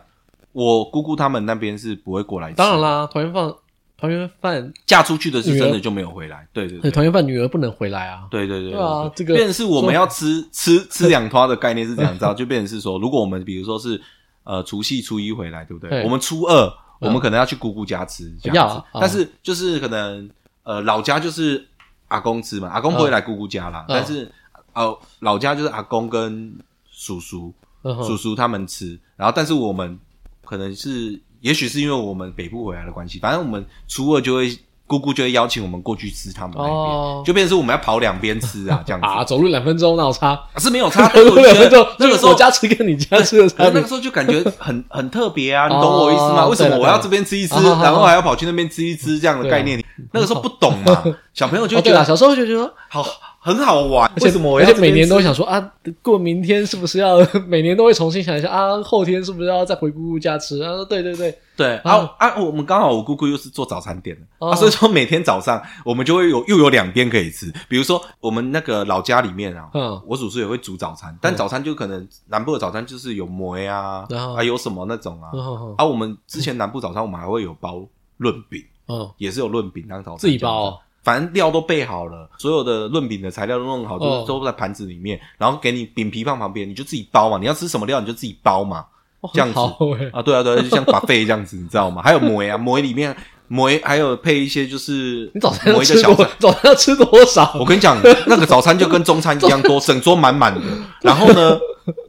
Speaker 3: 我姑姑他们那边是不会过来吃。
Speaker 1: 当然，啦，团圆饭团圆饭，
Speaker 3: 嫁出去的是真
Speaker 1: 女
Speaker 3: 的
Speaker 1: 儿
Speaker 3: 就没有回来。对对
Speaker 1: 对
Speaker 3: 对，
Speaker 1: 团圆饭女儿不能回来啊，
Speaker 3: 对对对
Speaker 1: 对啊这个
Speaker 3: 变成是我们要吃 吃吃两坨的概念是这样子啊，就变成是说，如果我们比如说是呃除夕初一回来，对不对？
Speaker 1: 对嗯
Speaker 3: 我们初二，我们可能要去姑姑家吃这样
Speaker 1: 要
Speaker 3: 子
Speaker 1: 啊，
Speaker 3: 但是就是可能呃老家就是阿公吃嘛，阿公不会来姑姑家啦，
Speaker 1: 嗯
Speaker 3: 但是呃老家就是阿公跟叔叔
Speaker 1: 嗯哼
Speaker 3: 叔叔他们吃，然后但是我们可能是也许是因为我们北部回来的关系，反正我们初二就会。姑姑就会邀请我们过去吃他们那边，
Speaker 1: 哦
Speaker 3: 就变成是我们要跑两边吃啊，这样子啊
Speaker 1: 啊，走路两分钟，那我差
Speaker 3: 是没有差，
Speaker 1: 走
Speaker 3: 但是
Speaker 1: 路
Speaker 3: 我觉
Speaker 1: 两分钟
Speaker 3: 得，那个时
Speaker 1: 我
Speaker 3: 候，
Speaker 1: 家吃跟你家吃的差
Speaker 3: 那
Speaker 1: 别
Speaker 3: 个时候就感觉很 很特别啊，你懂
Speaker 1: 哦
Speaker 3: 我意思吗？为什
Speaker 1: 对
Speaker 3: 么
Speaker 1: 了啊
Speaker 3: 我要这边吃一吃，
Speaker 1: 对了
Speaker 3: 然后还要跑去那边吃一吃这样的概念？那个时候不懂嘛，小朋友就
Speaker 1: 啊哦，
Speaker 3: 会觉
Speaker 1: 对啦，
Speaker 3: 得
Speaker 1: 小时候就觉得，
Speaker 3: 好很好玩。
Speaker 1: 而
Speaker 3: 为
Speaker 1: 且
Speaker 3: 什么我
Speaker 1: 而
Speaker 3: 要
Speaker 1: 且
Speaker 3: 这边
Speaker 1: 每年
Speaker 3: 吃
Speaker 1: 都会想说啊，过明天是不是要 每年都会重新想一下啊，后天是不是要再回姑姑家吃？啊，对对对，
Speaker 3: 对啊啊！我们刚好我姑姑又是做早餐店的、
Speaker 1: 哦
Speaker 3: 啊，所以说每天早上我们就会有又有两边可以吃，比如说我们那个老家里面啊，
Speaker 1: 嗯
Speaker 3: 我叔叔也会煮早餐，但早餐就可能南部的早餐就是有馍啊，
Speaker 1: 哦
Speaker 3: 啊有什么那种啊，
Speaker 1: 嗯
Speaker 3: 啊我们之前南部早餐我们还会有包润饼。
Speaker 1: 嗯，
Speaker 3: 也是有润饼当早餐，
Speaker 1: 自己包哦。
Speaker 3: 反正料都备好了，所有的润饼的材料都弄好，就
Speaker 1: 哦
Speaker 3: 是都在盘子里面，然后给你饼皮放旁边，你就自己包嘛。你要吃什么料你就自己包嘛。
Speaker 1: 哦
Speaker 3: 这样子
Speaker 1: 好哎，
Speaker 3: 啊，对啊，对啊，就像把费这样子，你知道吗？还有馍啊，馍里面馍还有配一些就是
Speaker 1: 你早餐
Speaker 3: 馍
Speaker 1: 要
Speaker 3: 的
Speaker 1: 吃
Speaker 3: 小
Speaker 1: 多
Speaker 3: 菜。，
Speaker 1: 早餐要吃多
Speaker 3: 我
Speaker 1: 少？
Speaker 3: 跟你讲，那个早餐就跟中餐一样多，整桌满 满的。然后呢，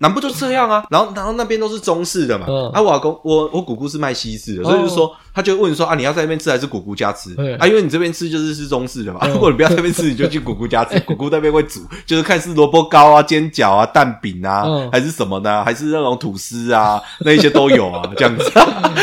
Speaker 3: 南部就这样啊。然后，然后那边都是中式的嘛。
Speaker 1: 嗯哦
Speaker 3: 啊，我老公，我我姑姑是卖西式的，所以就说他就会问说啊，你要在那边吃还是姑姑家吃
Speaker 1: 对？
Speaker 3: 啊，因为你这边吃就是吃中式的嘛。啊
Speaker 1: 嗯
Speaker 3: 如果你不要在那边吃，你就去姑姑 家吃。姑姑那边会煮，就是看是萝卜糕啊、煎饺啊、蛋饼啊，
Speaker 1: 嗯
Speaker 3: 还是什么呢？还是那种吐司啊，那一些都有啊， 这样子。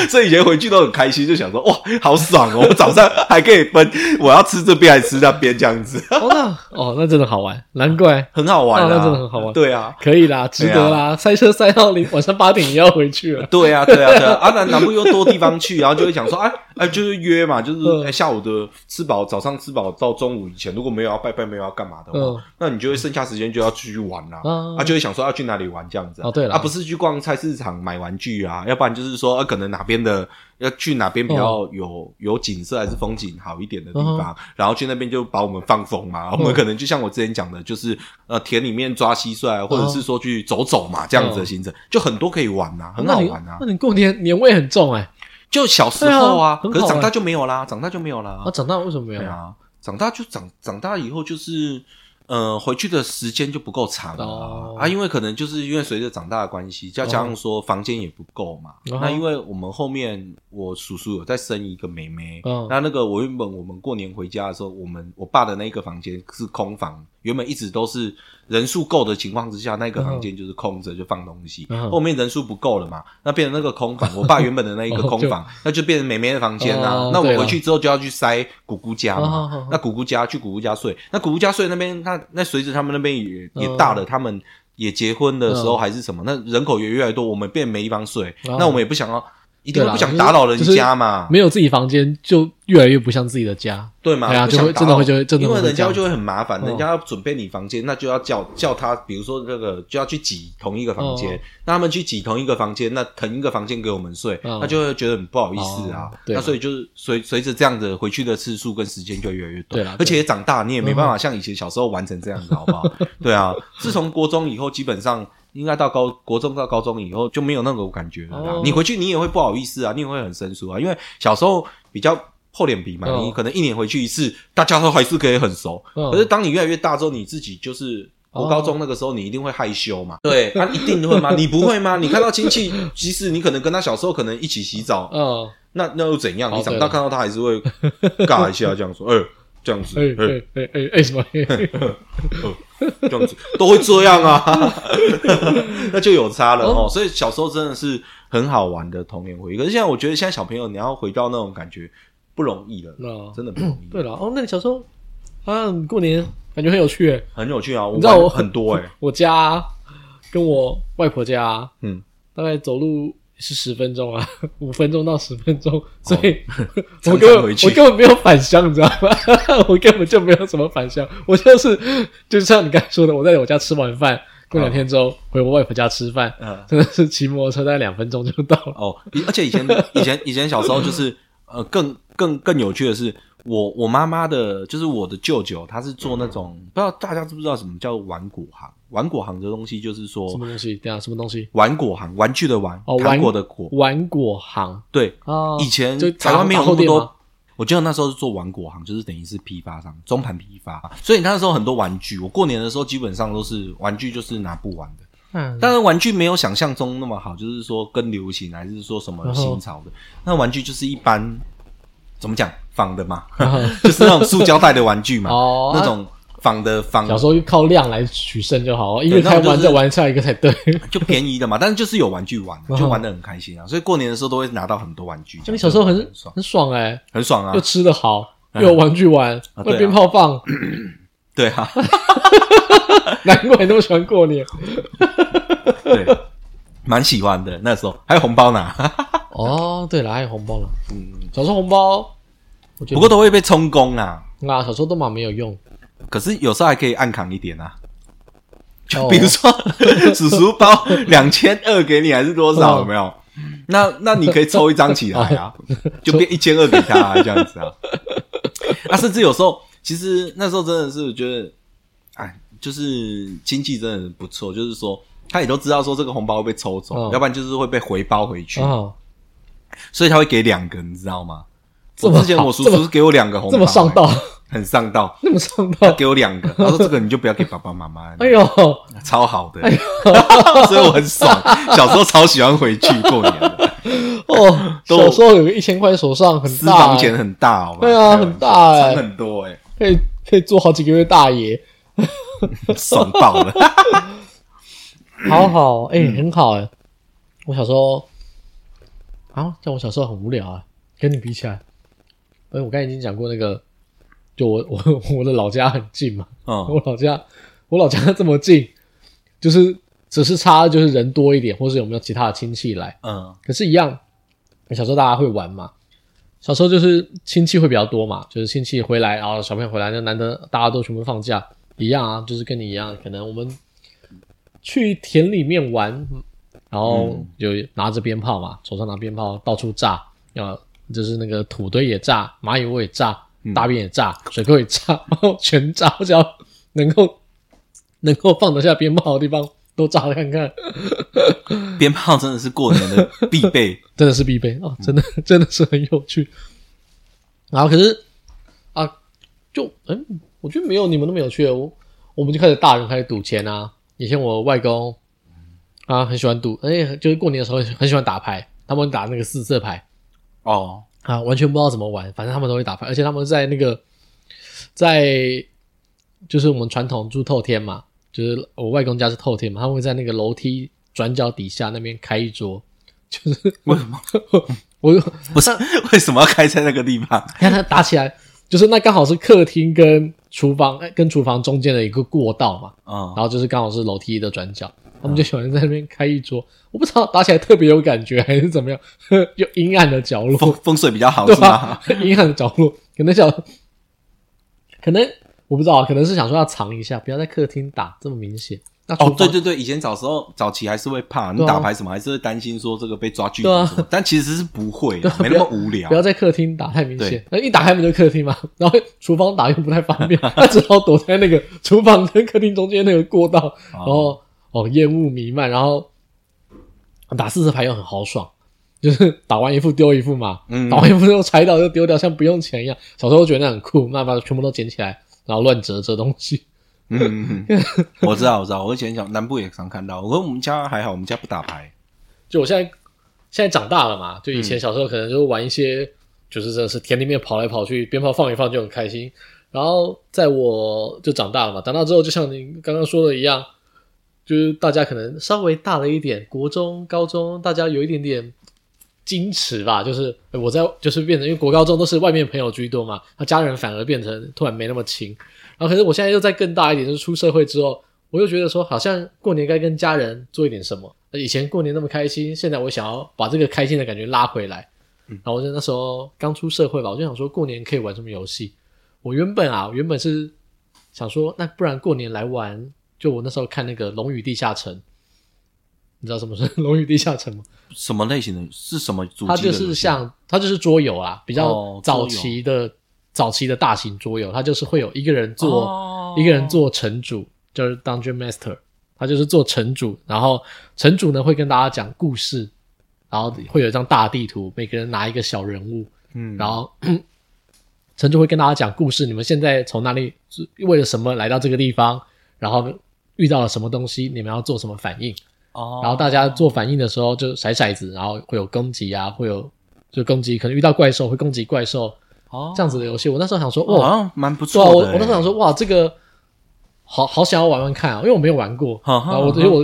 Speaker 3: 所以以前回去都很开心，就想说哇，好爽哦！我早上还可以分，我要吃这边还是吃那边这样子。
Speaker 1: 哦，那 哦，那真的好玩，难怪
Speaker 3: 很好玩啊，
Speaker 1: 哦那真的很好玩
Speaker 3: 对啊，
Speaker 1: 可以啦，值得啦，塞车塞到零 晚上八点也要回去了。
Speaker 3: 对啊，对啊，对啊。啊， 南南部又多地方去，然后就会讲说，哎、哎、就是约嘛，就是、
Speaker 1: 嗯
Speaker 3: 哎下午的吃饱，早上吃饱到中午以前，如果没有要拜拜，没有要干嘛的话，
Speaker 1: 嗯
Speaker 3: 那你就会剩下时间就要出去玩啦、
Speaker 1: 嗯
Speaker 3: 啊啊，就会想说要去哪里玩这样子啊。
Speaker 1: 哦对啦
Speaker 3: 啊，不是去逛菜市场买玩具啊，要不然就是说，呃、可能哪边的要去哪边比较
Speaker 1: 哦
Speaker 3: 有、有景色还是风景好一点的地
Speaker 1: 嗯
Speaker 3: 方，然后去那边就把我们放风嘛。我们可能就像我之前讲的，就是呃田里面抓蟋蟀啊，
Speaker 1: 嗯
Speaker 3: 或者是说去走走嘛，这样子的行程、就很多可以玩呐、很好玩啊
Speaker 1: 那你。那你过年年味很重哎，
Speaker 3: 就小时候啊，
Speaker 1: 对啊很好
Speaker 3: 可是长大
Speaker 1: 玩
Speaker 3: 就没有啦，长大就没有啦。
Speaker 1: 啊，长大为什么没有
Speaker 3: 对？啊，长大就长长大以后就是，呃，回去的时间就不够长了啊、
Speaker 1: 哦
Speaker 3: 啊，因为可能就是因为随着长大的关系，再加上说房间也不够嘛。
Speaker 1: 哦
Speaker 3: 那因为我们后面我叔叔有再生一个妹妹，
Speaker 1: 嗯
Speaker 3: 那那个我原本我们过年回家的时候，我们我爸的那个房间是空房，原本一直都是人数够的情况之下，那个房间就是空着就放东西。
Speaker 1: 嗯
Speaker 3: 后面人数不够了嘛，那变成那个空房，我爸原本的那一个
Speaker 1: 哦
Speaker 3: 空
Speaker 1: 就
Speaker 3: 房，那就变成妹妹的房间啦、
Speaker 1: 哦
Speaker 3: 那我
Speaker 1: 对
Speaker 3: 回
Speaker 1: 啦
Speaker 3: 去之后就要去塞姑姑家嘛，
Speaker 1: 哦好好好
Speaker 3: 那姑姑家去姑姑家睡，那姑姑家睡那边，那那随着他们那边也也
Speaker 1: 嗯
Speaker 3: 大了，他们也结婚的时候
Speaker 1: 嗯
Speaker 3: 还是什么，那人口也越来越多，我们变没地方睡，
Speaker 1: 哦
Speaker 3: 那我们也不想要，一
Speaker 1: 对
Speaker 3: 定会
Speaker 1: 啦
Speaker 3: 不想打扰人家嘛，
Speaker 1: 没有自己房间，就越来越不像自己的家。
Speaker 3: 对嘛？
Speaker 1: 对啊
Speaker 3: 不想
Speaker 1: 就会
Speaker 3: 打
Speaker 1: 真的会
Speaker 3: 扰
Speaker 1: 就会真的
Speaker 3: 因为
Speaker 1: 会
Speaker 3: 人
Speaker 1: 这
Speaker 3: 家
Speaker 1: 样
Speaker 3: 就会很麻烦，
Speaker 1: 哦
Speaker 3: 人家要准备你房间，那就要叫叫他，比如说那个就要去挤同一个房间，
Speaker 1: 哦
Speaker 3: 那他们去挤同一个房间，那腾一个房间给我们睡，
Speaker 1: 哦
Speaker 3: 那就会觉得很不好意思啊。
Speaker 1: 哦对
Speaker 3: 那所以就是随随着这样的回去的次数跟时间就越来越短，
Speaker 1: 对啊啦对
Speaker 3: 而且也 啊长大，你也没办法像以前小时候玩成这样子，好不好？对啊，自从国中以后，基本上应该到高国中到高中以后就没有那种感觉了啦。
Speaker 1: 哦
Speaker 3: 你回去你也会不好意思啊，你也会很生疏啊，因为小时候比较厚脸皮嘛，
Speaker 1: 嗯
Speaker 3: 你可能一年回去一次，大家都还是可以很熟。
Speaker 1: 嗯
Speaker 3: 可是当你越来越大之后，你自己就是。
Speaker 1: 哦
Speaker 3: 我高中那个时候，你一定会害羞
Speaker 1: 嗯
Speaker 3: 嘛？对，啊他、一定 会吗？你不会吗？你看到亲戚，即使你可能跟他小时候可能一起洗澡，
Speaker 1: 嗯，
Speaker 3: 那那又怎样？
Speaker 1: 哦
Speaker 3: 你长大
Speaker 1: 对
Speaker 3: 看到他还是会尬一下，这样说，哎、这样子，
Speaker 1: 哎
Speaker 3: 哎、
Speaker 1: 哎哎哎哎什么？
Speaker 3: 嗯这样子都会这 样啊，那就有差了
Speaker 1: 哦
Speaker 3: 哦。所以小时候真的是很好玩的童年回忆，可是现在我觉得现在小朋友你要回到那种感觉不容易了，
Speaker 1: 那
Speaker 3: 真的不容易。
Speaker 1: 对了，哦，那你小时候啊，你过年感觉很有趣哎。
Speaker 3: 很有趣啊，我
Speaker 1: 你知道
Speaker 3: 玩
Speaker 1: 我
Speaker 3: 很多 哎、
Speaker 1: 我家啊跟我外婆家啊，
Speaker 3: 嗯，
Speaker 1: 大概走路是十分钟啊， 五分钟到十分
Speaker 3: 哦
Speaker 1: 钟，所 以
Speaker 3: 常
Speaker 1: 我根
Speaker 3: 常
Speaker 1: 本
Speaker 3: 回去
Speaker 1: 我根本没有返乡，你知道吗？ 我根本就没有什么返乡，我就是就像你刚才说的，我在我家吃完饭，过两天之后回我外婆家吃饭，
Speaker 3: 嗯
Speaker 1: 真的是骑摩托车大概两分钟就到了。
Speaker 3: 哦，以而且以前以前以前小时候就是呃，更更更有趣的是，我我妈妈的，就是我的舅舅，他是做那种不知道大家知不知道什么叫玩果行？玩果行这东西就是说
Speaker 1: 什么东西？等一下什么东西？
Speaker 3: 玩果行，玩具的玩，
Speaker 1: 哦
Speaker 3: 糖
Speaker 1: 玩
Speaker 3: 果的果，
Speaker 1: 玩果行
Speaker 3: 对，
Speaker 1: 啊，
Speaker 3: 以前
Speaker 1: 就
Speaker 3: 台湾没有
Speaker 1: 杂
Speaker 3: 那
Speaker 1: 货
Speaker 3: 么
Speaker 1: 店
Speaker 3: 多
Speaker 1: 吗。
Speaker 3: 我记得那时候是做玩果行，就是等于是批发商、中盘批发，所以那时候很多玩具。我过年的时候基本上都是玩具，就是拿布玩的。
Speaker 1: 嗯，
Speaker 3: 当然，玩具没有想象中那么好，就是说跟流行还是说什
Speaker 1: 嗯
Speaker 3: 么新潮的。那玩具就是一般怎么讲仿的嘛， 就是那种塑胶袋的玩具 嘛，
Speaker 1: 哦
Speaker 3: 那种仿的仿
Speaker 1: 小时候就靠量来取胜就好，一个开
Speaker 3: 那我
Speaker 1: 完
Speaker 3: 就是
Speaker 1: 再玩下一个才对。
Speaker 3: 就便宜的嘛，但是就是有玩具玩，
Speaker 1: 嗯
Speaker 3: 就玩的很开心啊。所以过年的时候都会拿到很多玩具。
Speaker 1: 那你小时候
Speaker 3: 这
Speaker 1: 很
Speaker 3: 样爽，
Speaker 1: 很爽哎、
Speaker 3: 很爽啊
Speaker 1: 又！吃得好，
Speaker 3: 嗯
Speaker 1: 又有玩具玩，
Speaker 3: 啊对
Speaker 1: 又
Speaker 3: 啊
Speaker 1: 鞭炮放，
Speaker 3: 对啊，
Speaker 1: 难怪你那么喜欢过年。
Speaker 3: 对，蛮喜欢的。那时候还有红包拿，
Speaker 1: 哦，对了，还有红包了。嗯，小时候红包，我觉得
Speaker 3: 不过都会被充公啊。
Speaker 1: 啊，小时候都蛮没有用。
Speaker 3: 可是有时候还可以暗扛一点啊。就
Speaker 1: 哦
Speaker 3: 比 如说，叔叔包两千二给你，还是多
Speaker 1: 嗯
Speaker 3: 少？有没有？那那你可以抽一张 起
Speaker 1: 哎
Speaker 3: 来啊，就变一千二给他、啊、这样子啊。啊，甚至有时候，其实那时候真的是我觉得，哎，就是经济真的不错，就是说他也都知道说这个红包会被抽走，
Speaker 1: 嗯
Speaker 3: 要不然就是会被回包回去，
Speaker 1: 啊，
Speaker 3: 所以他会给两个，你知道吗？
Speaker 1: 这么
Speaker 3: 我之前
Speaker 1: 好
Speaker 3: 我叔
Speaker 1: 这么
Speaker 3: 叔是给我两个红包、
Speaker 1: 这么上道
Speaker 3: 哎，很上道。
Speaker 1: 那么上
Speaker 3: 他
Speaker 1: 道。
Speaker 3: 给我两个，他 说这个你就不要给爸爸妈妈，
Speaker 1: 哎呦，哎
Speaker 3: 超好的， 所以我很爽。小时候超喜欢回去过年 的，
Speaker 1: 哦，
Speaker 3: 都
Speaker 1: 小时候有个一千块手上很
Speaker 3: 私
Speaker 1: 大、
Speaker 3: 房
Speaker 1: 欸
Speaker 3: 钱，很大，好吧？
Speaker 1: 对啊很大哎
Speaker 3: 藏很多哎，
Speaker 1: 可以可以做好几个月大爷，
Speaker 3: 爽爆了。
Speaker 1: 好好，哎、很好哎、我小时候啊，像我小时候很无聊啊，跟你比起来，哎，我刚才已经讲过那个，就我我 我的老家很近嘛，
Speaker 3: 嗯，
Speaker 1: 我老家，我老家这么近，就是只是差就是人多一点，或是有没有其他的亲戚来。
Speaker 3: 嗯，
Speaker 1: 可是，一样，小时候大家会玩嘛，小时候就是亲戚会比较多嘛，就是亲戚回来，然后小朋友回来，就难得大家都全部放假，一样啊，就是跟你一样，可能我们去田里面玩，然后就拿着鞭炮嘛，手上拿鞭炮到处炸，啊，就是那个土堆也炸，蚂蚁窝也炸，大便也炸，水沟也炸， 然后全炸，我只要能够能够放得下鞭炮的地方都炸了看看。
Speaker 3: 鞭炮真的是过年的必 备。
Speaker 1: 真的是必备啊、哦，真的 真的是很有趣。然后可是啊，就嗯，我觉得没有你们那么有趣。我我们就开始大人开始赌钱啊。以前我外公啊很喜欢赌，而且就是过年的时候很喜欢打牌，他们打那个四色牌
Speaker 3: 哦，
Speaker 1: 啊，完全不知道怎么玩，反正他们都会打牌，而且他们在那个在就是我们传统住透天嘛，就是我外公家是透天嘛，他们会在那个楼梯转角底下那边开一桌，就是
Speaker 3: 为什么
Speaker 1: 我
Speaker 3: 不是为什么要开在那个地方？
Speaker 1: 你看他打起来，就是那刚好是客厅跟厨房，哎跟厨房中间的一个过道嘛，
Speaker 3: 嗯
Speaker 1: 然，后就是刚好是楼梯的转角，他们就喜欢在那边开一桌。我不知道打起来特别有感觉还是怎么样， 呵就阴暗的角
Speaker 3: 风
Speaker 1: 落，
Speaker 3: 风水比较好
Speaker 1: 对啊
Speaker 3: 是吗
Speaker 1: 吧？？ 阴暗的角落，可能想，可能我不知道，可能是想说要藏一下，不要在客厅打这么明显。那 厨
Speaker 3: 哦
Speaker 1: 房，
Speaker 3: 对对对，以前小时候早期还是会怕，你
Speaker 1: 对啊
Speaker 3: 打牌什么还是会担心说这个被抓去
Speaker 1: 对啊
Speaker 3: 什么，但其实是不会的
Speaker 1: 啊，
Speaker 3: 没那么无聊
Speaker 1: 不。要在客厅打太明显，那一打开门就客厅嘛， 然后厨房
Speaker 4: 啊
Speaker 1: 打又不太方便，他只好躲在那个厨房跟客厅中间那个过道，然后哦，烟雾弥漫，然后打四十牌又很豪爽，就是打完一副丢一副嘛，
Speaker 3: 嗯
Speaker 1: 打完一副又拆掉就丢掉，像不用钱一样。小时候觉得那很酷，慢慢把全部都捡起来，然后乱折折东西。
Speaker 3: 嗯，嗯 嗯
Speaker 4: 我知道，我知道，我以前想南部也常看到，我跟我们家还好，我们家不打牌，
Speaker 1: 就我现在现在长大了嘛，就以前小时候可能就是玩一些，就是真的是田里面跑来跑去，鞭炮放一放就很开心。然后在我就长大了嘛，长大之后就像您刚刚说的一样，就是大家可能稍微大了一点，国中、高中大家有一点点矜持吧，就是呃我在就是变成因为国高中都是外面朋友居多嘛，那家人反而变成突然没那么亲。然后可是我现在又再更大一点，就是出社会之后，我又觉得说好像过年该跟家人做一点什么。呃以前过年那么开心，现在我想要把这个开心的感觉拉回来。
Speaker 4: 嗯
Speaker 1: 然后我就那时候刚出社会吧，我就想说过年可以玩什么游戏。我原本啊，原本是想说，那不然过年来玩，就我那时候看那个《龙与地下城》，你知道什么是 《龙与地下城》吗？
Speaker 4: 什么类型的？是什么主机的
Speaker 1: 它
Speaker 4: 游戏？
Speaker 1: 就是像它就是桌游啊，比较
Speaker 4: 哦
Speaker 1: 早期的、早期的大型桌游，它就是会有一个人做、
Speaker 4: 哦
Speaker 1: 一个人做城主，就是 Dungeon Master，他就是做城主，然后城主呢会跟大家讲故事，然后会有一张大地图，每个人拿一个小人物，
Speaker 3: 嗯
Speaker 1: 然后 城主会跟大家讲故事，你们现在从哪里为了什么来到这个地方，然后遇到了什么东西，你们要做什么反应。
Speaker 4: 哦，
Speaker 1: 然后大家做反应的时候就甩骰子，然后会有攻击啊，会有就攻击，可能遇到怪兽会攻击怪兽
Speaker 4: 哦
Speaker 1: 这样子的游戏。我那时候想说，
Speaker 4: 哦好
Speaker 1: 哇，
Speaker 4: 像蛮不
Speaker 1: 对啊，
Speaker 4: 错
Speaker 1: 我
Speaker 4: 的欸。
Speaker 1: 我那时候想说，哇，这个好好想要玩玩看啊，因为我没有玩过，
Speaker 4: 哈
Speaker 1: 然
Speaker 4: 哈
Speaker 1: 后啊我
Speaker 4: 哈
Speaker 1: 因为我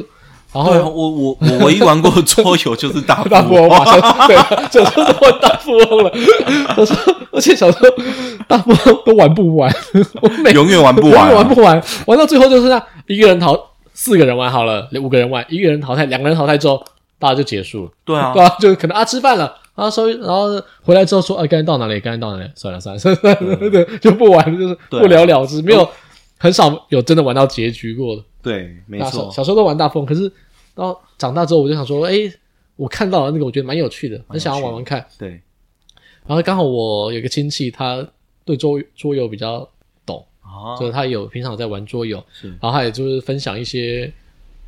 Speaker 1: 然
Speaker 4: 对啊，
Speaker 1: 后。
Speaker 4: 我我我唯一玩过的桌游就是 大
Speaker 1: 大富
Speaker 4: 富翁，
Speaker 1: 翁嘛，小对，小时候都玩大富翁了。我说，而且小时候大富翁都玩不完，我每
Speaker 4: 永远玩不 完啊，
Speaker 1: 玩不完，玩到最后就是那一个人淘四个人玩好了，五个人玩，一个人淘汰，两个人淘汰之后，大家就结束了。
Speaker 4: 对啊
Speaker 1: 对，啊，就可能啊吃饭了，然后稍微然后回来之后说啊刚才到哪里，刚才到哪里，算了算了算了算了，对， 就不玩了，就是
Speaker 4: 嗯对啊
Speaker 1: 不了了之，没有很少有真的玩到结局过的。
Speaker 4: 对，没
Speaker 1: 那啊小
Speaker 4: 错，
Speaker 1: 小时候都玩大富翁，可是到长大之后我就想说，哎，我看到了那个，我觉得蛮有趣的，很想要玩玩看。
Speaker 4: 对，
Speaker 1: 然后刚好我有个亲戚，他对桌桌游比较懂，
Speaker 4: 啊
Speaker 1: 就是他有平常有在玩桌游，
Speaker 4: 是
Speaker 1: 然后他也就是分享一些，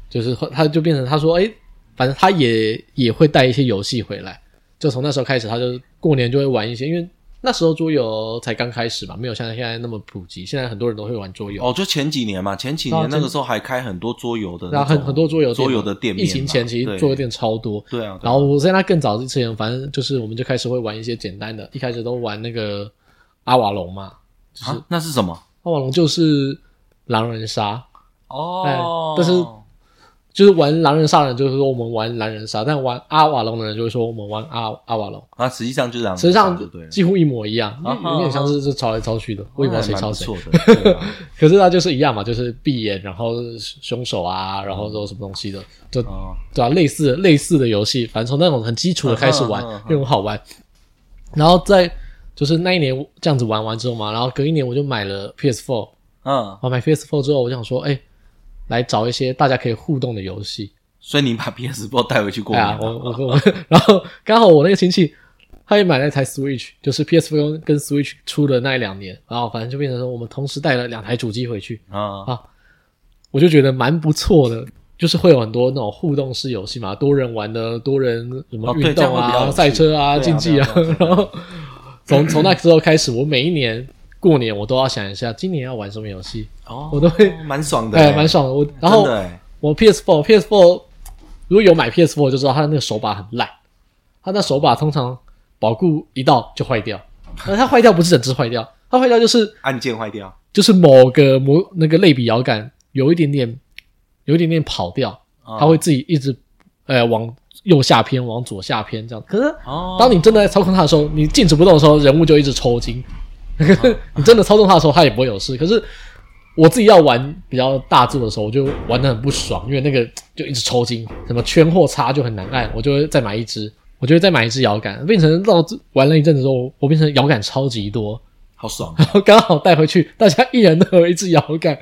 Speaker 1: 就是他就变成他说，哎，反正他也也会带一些游戏回来，就从那时候开始，他就过年就会玩一些，因为那时候桌游才刚开始嘛，没有像现在那么普及，现在很多人都会玩桌游，
Speaker 4: 哦，就前几年嘛，前几
Speaker 1: 对
Speaker 4: 年
Speaker 1: 啊
Speaker 4: 那个时候还开很多桌游的那种，
Speaker 1: 然后很很多桌游店
Speaker 4: 桌游的店面
Speaker 1: 疫
Speaker 4: 嘛，
Speaker 1: 情前其实
Speaker 4: 对
Speaker 1: 桌游店超多，
Speaker 4: 对啊，对啊
Speaker 1: 然后我在那更早之前，反正就是我们就开始会玩一些简单的，一开始都玩那个阿瓦隆嘛，就是
Speaker 4: 啊那是什么？
Speaker 1: 阿瓦隆就是狼人杀，
Speaker 4: 哦
Speaker 1: 但哎是就是玩狼人杀的人就是说我们玩狼人杀，但玩阿瓦隆的人就会说我们玩阿阿瓦隆，
Speaker 4: 啊，实际上就是这样子
Speaker 1: 实际上
Speaker 4: 就对了，
Speaker 1: 几乎一模一样，
Speaker 4: 啊
Speaker 1: 有有点像是是抄来抄去的，我也不知道谁抄谁。
Speaker 4: 还蛮不错的， 对啊
Speaker 1: 可是他就是一样嘛，就是闭眼，然后凶手啊，然后说什么东西的，就
Speaker 4: 哦
Speaker 1: 对啊，类似类似的游戏，反正从那种很基础的开始玩
Speaker 4: 嗯嗯嗯，嗯
Speaker 1: 又很好玩。然后在就是那一年这样子玩完之后嘛，然后隔一年我就买了 PS4，
Speaker 4: 嗯，
Speaker 1: 我买 PS4 之后，我就想说，哎、来找一些大家可以互动的游戏。
Speaker 4: 所以你把 PS 包带回去过
Speaker 1: 对
Speaker 4: 年
Speaker 1: 啊
Speaker 4: 啊，，
Speaker 1: 我我我， 然后刚好我那个亲戚他也买了一台 Switch，就是 PS4 跟跟 Switch 出的那一两年，然后反正就变成说我们同时带了两台主机回去，
Speaker 4: 啊
Speaker 1: 我就觉得蛮不错的。就是会有很多那种互动式游戏嘛，多人玩的，多人什么
Speaker 4: 哦对
Speaker 1: 运
Speaker 4: 这样
Speaker 1: 动
Speaker 4: 会比较
Speaker 1: 啊、
Speaker 4: 有趣
Speaker 1: 赛车
Speaker 4: 对
Speaker 1: 啊、
Speaker 4: 啊
Speaker 1: 竞技啊
Speaker 4: 对啊， 对啊
Speaker 1: 然后从从那时候开始，我每一年过年我都要想一下今年要玩什么游戏，
Speaker 4: 哦，
Speaker 1: 我都会
Speaker 4: 蛮爽的欸，
Speaker 1: 哎，蛮爽的。我然后
Speaker 4: 真的欸
Speaker 1: 我 PS4 PS4 如果有买 PS4 就知道它的那个手把很烂，它那手把通常保固一到就坏掉，而它坏掉不是整只坏掉，它坏掉就是
Speaker 4: 按键坏掉，
Speaker 1: 就是某个某那个类比摇杆有一点点有一点点跑掉，
Speaker 4: 哦
Speaker 1: 它会自己一直呃往右下偏，往左下偏这样。可是
Speaker 4: 哦，
Speaker 1: 当你真的在操控它的时候，你静止不动的时候，人物就一直抽筋。你真的操纵它的时候，它也不会有事。可是我自己要玩比较大作的时候，我就玩的很不爽，因为那个就一直抽筋，什么圈或叉就很难按，我就会再买一只，我就会再买一只摇杆，变成到这玩了一阵子之后，我变成摇杆超级多，
Speaker 3: 好爽
Speaker 4: 啊
Speaker 1: 然后刚好带回去，大家一人都有一只摇杆。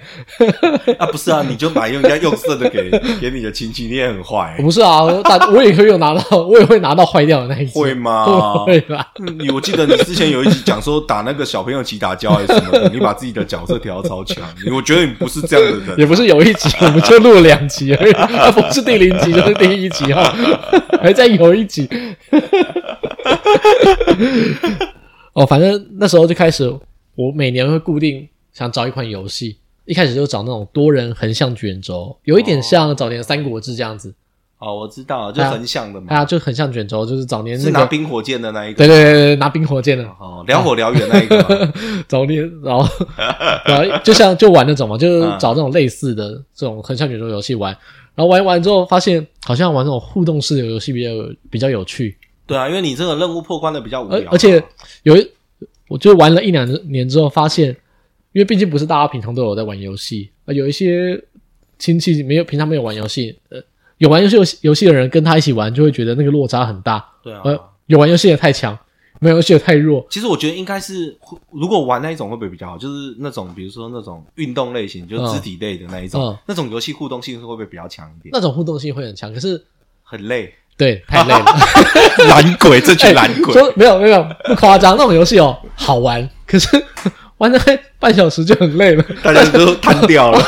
Speaker 3: 啊！不是啊，你就把用人家用剩 的给给你的亲戚，你也很坏
Speaker 1: 我，不是啊，我大我也会有拿到，我也会拿到坏掉的那一只。
Speaker 3: 会吗？
Speaker 1: 会吧？
Speaker 3: 嗯 你我记得你之前有一集讲说打那个小朋友击打胶还是什么的，你把自己的角色调到超 强，你我觉得你不是这样的 人，
Speaker 1: 也不是有一集，我们就录了两集 而已，啊，不是第零集就是第一集哈，还在有一集。 哦，反正那时候就开始，我每年会固定想找一款游戏，一开始就找那种多人横向卷轴，有一点像早年《三国志》这样子，
Speaker 3: 哦，我知道，就横向的嘛，
Speaker 1: 啊，就横向卷轴，就是早年
Speaker 3: 嗯是
Speaker 1: 那
Speaker 3: 拿
Speaker 1: 个，
Speaker 3: 冰火箭的那一 个，
Speaker 1: 对对对对，拿冰火箭的，
Speaker 3: 哦，聊火燎原那一个 嘛，
Speaker 1: 早年，然后然后就像就玩那种嘛，就是找这种类似的这种横向卷轴游戏玩，然后玩一玩之后发现好像玩这种互动式的游戏比较有比较有趣，
Speaker 3: 对啊，因为你这个任务破关的比较无
Speaker 1: 而
Speaker 3: 聊，
Speaker 1: 而且有一我就玩了一两年之后发现，因为毕竟不是大家平常都有在玩游戏，啊有一些亲戚没有平常没有玩游戏，呃有玩游戏游戏游戏的人跟他一起玩就会觉得那个落差很大，
Speaker 3: 对啊，
Speaker 1: 呃有玩游戏的太强，没有游戏的太弱，
Speaker 3: 其实我觉得应该是，如果玩那一种会不会比较好？就是那种比如说那种运动类型，就是肢体类的那一种，
Speaker 1: 嗯
Speaker 3: 那种游戏互动性会不会比较强一点？
Speaker 1: 那种互动性会很强，可是
Speaker 3: 很累，
Speaker 1: 对太累了。
Speaker 3: 懒鬼，这群懒 鬼，
Speaker 1: 哎说没有没有不夸张，那种游戏哦好玩，可是玩大概半小时就很累了，
Speaker 3: 大家都瘫掉了。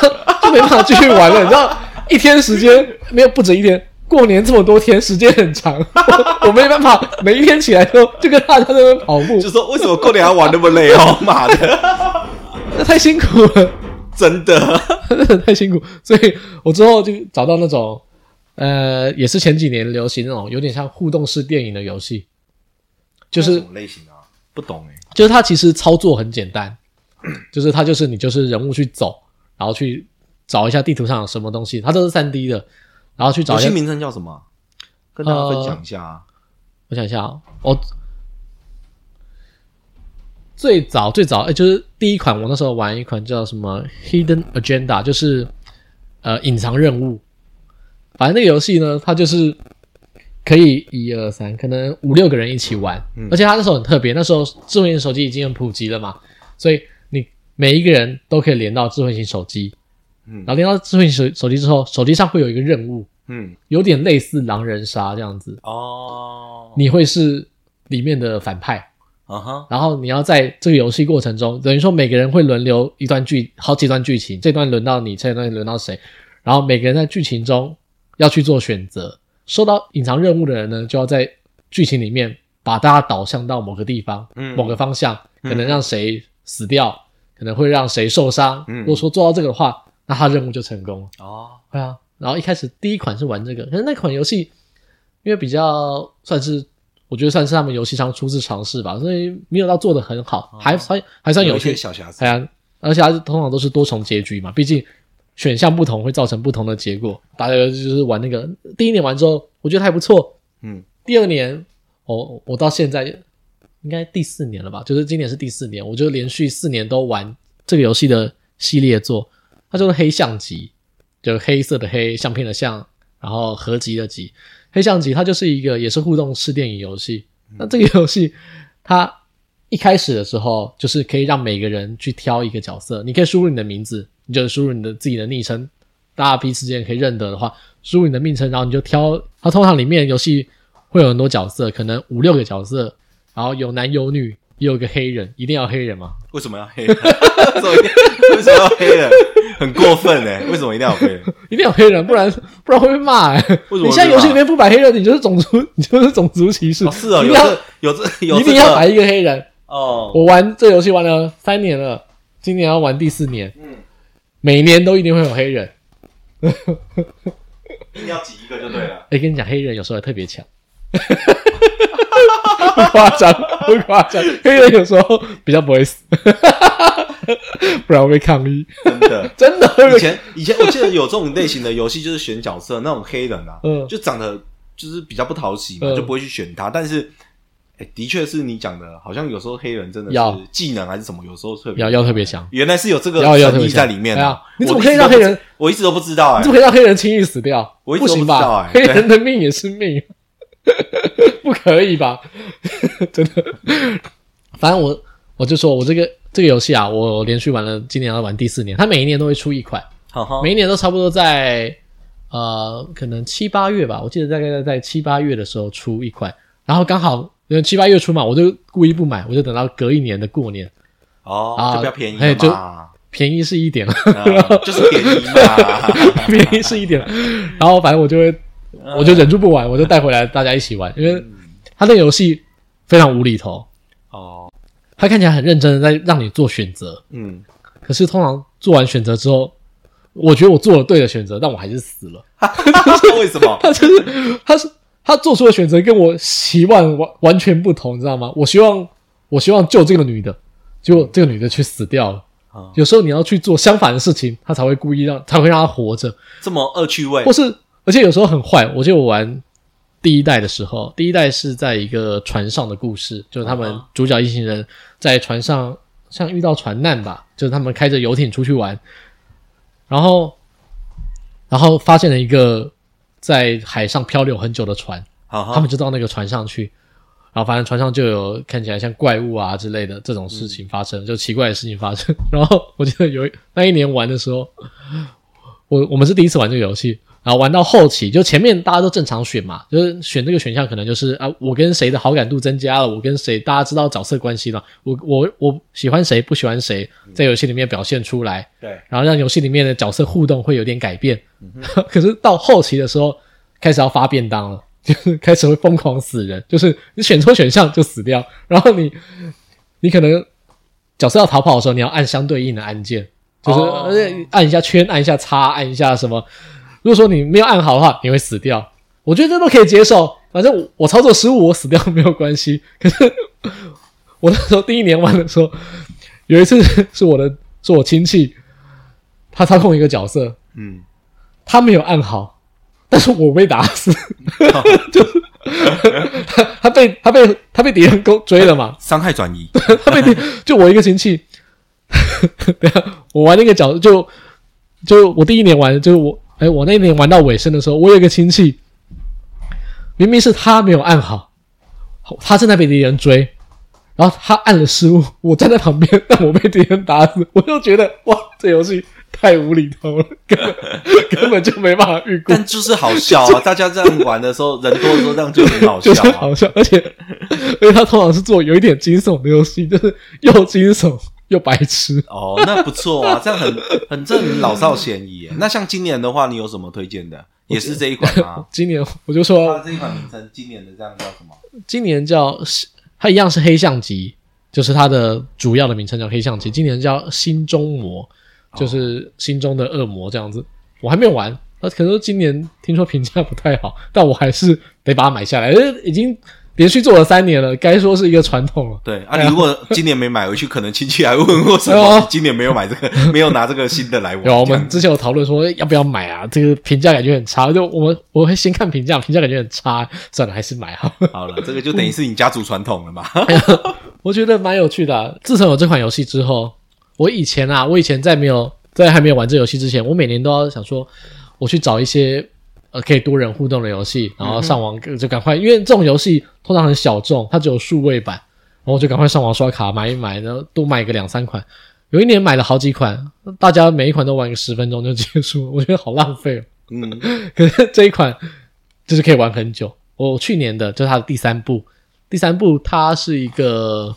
Speaker 1: 就没办法继续玩了。你知道，一天时间没有不止一天，过年这么多天，时间很长， 我没办法每一天起来都就跟大家在那边跑步
Speaker 3: 就，说为什么过年要玩那么累 哦？妈的，
Speaker 1: 那太辛苦了，
Speaker 3: 真的，
Speaker 1: 太辛苦。所以我之后就找到那种。呃，也是前几年流行那种有点像互动式电影的游戏，就是
Speaker 3: 什么类型啊？不懂哎、
Speaker 1: 就是它其实操作很简单，就是它就是你就是人物去走，然后去找一下地图上有什么东西，它都是三 D 的，然后去
Speaker 3: 游
Speaker 1: 找一呃
Speaker 3: 戏
Speaker 1: 下。
Speaker 3: 名称叫什么啊？跟大家分享一下啊。
Speaker 1: 我想一下、哦，我最早最早、哎，就是第一款，我那时候玩一款叫什么 Hidden Agenda，就是呃隐藏任务。反正那个游戏呢，它就是可以一二三，可能五六个人一起玩，而且它那时候很特别，那时候智慧型手机已经很普及了嘛，所以你每一个人都可以连到智慧型手机，
Speaker 3: 嗯
Speaker 1: 然后连到智慧型手手机之后，手机上会有一个任务，
Speaker 3: 嗯，
Speaker 1: 有点类似狼人杀这样子，
Speaker 3: 哦，
Speaker 1: 你会是里面的反派，
Speaker 3: 啊哈，
Speaker 1: 然后你要在这个游戏过程中，等于说每个人会轮流一段剧，好几段剧情，这段轮到你，这段轮到谁，然后每个人在剧情中要去做选择。收到隐藏任务的人呢，就要在剧情里面把大家导向到某个地方，
Speaker 3: 嗯
Speaker 1: 某个方向，可能让谁死掉，可能会让谁受伤。
Speaker 3: 嗯
Speaker 1: 如果说做到这个的话，那他任务就成功了。
Speaker 3: 哦，
Speaker 1: 对啊，然后一开始第一款是玩这个，可是那款游戏因为比较算是，我觉得算是他们游戏商初次尝试吧，所以没有到做的很好，还算还算有
Speaker 3: 一些
Speaker 1: 趣。
Speaker 3: 小瑕疵
Speaker 1: 哎。呀，而且它是通常都是多重结局嘛，毕竟选项不同会造成不同的结果。大家就是玩那个第一年玩之后，我觉得还不错。
Speaker 3: 嗯，
Speaker 1: 第二年，哦我我到现在应该第四年了吧，就是今年是第四年，我就连续四年都玩这个游戏的系列作，它就是黑象棋，就是黑色的黑，相片的象，然后合集的集。黑象棋它就是一个也是互动式电影游戏。那这个游戏它一开始的时候就是可以让每个人去挑一个角色，你可以输入你的名字，你就输入你的自己的昵称，大家彼此之间可以认得的话，输入你的昵称，然后你就挑。它通常里面游戏会有很多角色，可能五六个角色，然后有男有女，也有一个黑人，一定要黑人嘛？
Speaker 3: 为什么要黑 人？为什么要黑人？很过分哎、为什么一定要有黑人？
Speaker 1: 一定要有黑人，不然 不然会被骂、欸。
Speaker 3: 为什么会被骂
Speaker 1: 你现在游戏里面不摆黑人，你就是种族，你就是种族歧视。
Speaker 3: 哦，是哦，
Speaker 1: 一
Speaker 3: 有
Speaker 1: 定要
Speaker 3: 这有这有
Speaker 1: 一
Speaker 3: 这个
Speaker 1: 定要摆一个黑人。
Speaker 3: 哦，
Speaker 1: 我玩这游戏玩了三年了，今年要玩第四年，
Speaker 3: 嗯，
Speaker 1: 每年都一定会有黑人。
Speaker 3: 一定要挤一个就对了。
Speaker 1: 哎、跟你讲，黑人有时候还特别 强，不夸张，不夸张，黑人有时候比较不会死，不然会被抗议，
Speaker 3: 真的，
Speaker 1: 真的 会
Speaker 3: 以
Speaker 1: 被。
Speaker 3: 前以前我记得有这种类型的游戏，就是选角色那种黑人啊，
Speaker 1: 嗯
Speaker 3: 就长得就是比较不讨喜嘛，
Speaker 1: 嗯
Speaker 3: 就不会去选他。但是，哎，的确是你讲的，好像有时候黑人真的
Speaker 1: 要
Speaker 3: 是技能还是什么，有时候特别
Speaker 1: 要要特别强，
Speaker 3: 原来是有这个
Speaker 1: 要要特
Speaker 3: 诚
Speaker 1: 别
Speaker 3: 意
Speaker 1: 强
Speaker 3: 在里面
Speaker 1: 哎
Speaker 3: 啊
Speaker 1: 呀！你怎么
Speaker 3: 我
Speaker 1: 可以让黑人
Speaker 3: 我一直都不知道哎
Speaker 1: 你怎，么可以让黑人轻易死掉？
Speaker 3: 我一直
Speaker 1: 不
Speaker 3: 都不
Speaker 1: 行
Speaker 3: 知道
Speaker 1: 吧
Speaker 3: 哎？
Speaker 1: 黑人的命也是命， 不可以吧？真的，反正我我就说我这个这个游戏啊，我连续玩了，今年要玩第四年，它每一年都会出一款，
Speaker 3: 哈哈，
Speaker 1: 每一年都差不多在呃可能七八月吧，我记得大概在七八月的时候出一款，然后刚好因为七八月出嘛，我就故意不买，我就等到隔一年的过年，
Speaker 3: 哦，
Speaker 1: 啊
Speaker 3: 就比较便宜
Speaker 1: 哎就
Speaker 3: 嘛，
Speaker 1: 便宜是一点，
Speaker 3: 啊就是便宜嘛，
Speaker 1: 便宜是一点，然后反正我就会我就忍住不玩，我就带回来大家一起玩，因为它那个游戏非常无厘头，
Speaker 3: 哦，
Speaker 1: 它看起来很认真的在让你做选择，
Speaker 3: 嗯，
Speaker 1: 可是通常做完选择之后，我觉得我做了对的选择，但我还是死了。
Speaker 3: 为什么？
Speaker 1: 他就是他是他做出的选择跟我期望完完全不同，你知道吗？我希望我希望救这个女的，结果这个女的却死掉了。
Speaker 3: 啊
Speaker 1: 有时候你要去做相反的事情，他才会故意让才会让她活着，
Speaker 3: 这么恶趣味
Speaker 1: 或是而且有时候很坏。我记得我玩第一代的时候，第一代是在一个船上的故事，就是他们
Speaker 3: 啊
Speaker 1: 主角一行人在船上像遇到船难吧，就是他们开着游艇出去玩，然后然后发现了一个在海上漂流很久的船，
Speaker 3: 哈哈，
Speaker 1: 他们就到那个船上去。然后反正船上就有看起来像怪物啊之类的这种事情发生，就奇怪的事情发生。 然后我记得有一那一年玩的时候，我我们是第一次玩这个游戏，然后玩到后期，就前面大家都正常选嘛，就是选这个选项可能就是啊，我跟谁的好感度增加了，我跟谁大家知道角色关系了，我我我喜欢谁不喜欢谁，在游戏里面表现出来，
Speaker 3: 对，嗯
Speaker 1: 然后让游戏里面的角色互动会有点改变。 可是到后期的时候，开始要发便当了， 就是开始会疯狂死人，就是你选错选项就死掉，然后你你可能角色要逃跑的时候，你要按相对应的按键，就是
Speaker 3: 哦
Speaker 1: 而且按一下圈，按一下叉，按一下什么。如果说你没有按好的话，你会死掉。我觉得这都可以接受，反正我我操作失误，我死掉没有关系。 可是我那时候第一年玩的时候，有一次是我的是我亲戚，他操控一个角色，
Speaker 3: 嗯，
Speaker 1: 他没有按好，但是我被打死， 就是他他被他被他被敌人勾追了嘛，
Speaker 3: 伤害转移，
Speaker 1: 他被敌就我一个亲戚， 对啊，我玩那个角就就我第一年玩就是我哎我那一年玩到尾声的时候，我有一个亲戚，明明是他没有按好，他正在被敌人追。然后他按了失误，我站在旁边，但我被敌人打死，我就觉得哇，这游戏太无厘头了，根本根本就没办法 预估。
Speaker 3: 但就是好笑 啊！大家这样玩的时候，人多的时候，这样就很好
Speaker 1: 就是
Speaker 3: 笑啊
Speaker 1: 好。笑，而且 而且他通常是做有一点惊悚的游戏，就是又惊悚又白痴。
Speaker 3: 哦，那不错啊，这样很很正老少咸宜 耶。那像今年的话，你有什么推荐的？也是这一款吗？
Speaker 1: 今年我就
Speaker 3: 它
Speaker 1: 说，
Speaker 3: 这一款名称今年的这样叫 什么？
Speaker 1: 今年叫它一样是黑象棋，就是它的主要的名称叫黑象棋。今年叫心中魔，
Speaker 3: 哦
Speaker 1: 就是心中的恶魔这样子。我还没有玩，那可是今年听说评价不太好，但我还是得把它买下来，因为已经连续做了三年了，该说是一个传统了。
Speaker 3: 对啊，你如果今年没买回去，可能亲戚还会问我什
Speaker 1: 哎
Speaker 3: 么？
Speaker 1: 呦
Speaker 3: 你今年没有买这 个，没有拿这个新的来玩。
Speaker 1: 有啊，我
Speaker 3: 这样
Speaker 1: 们之前有讨论说要不要买啊？这个评价感觉很差，就我们我会先看评价，评价感觉很差，算了， 还是买好。
Speaker 3: 好了，这个就等于是你家族传统了嘛。
Speaker 1: 我觉得蛮有趣的啊、自从有这款游戏之后，我以前啊，我以前在没有在还没有玩这游戏之前，我每年都要想说，我去找一些呃可以多人互动的游戏，然后上
Speaker 3: 嗯
Speaker 1: 网就赶快，因为这种游戏通常很小众，它只有数位版，然后我就赶快上网刷卡买一买，然后多买个两三款。有一年买了好几款，大家每一款都玩个十分钟就结束了，我觉得好浪费哦。
Speaker 3: 嗯，
Speaker 1: 可是这一款就是可以玩很久。我去年的就是它的第三部，第三部它是一个，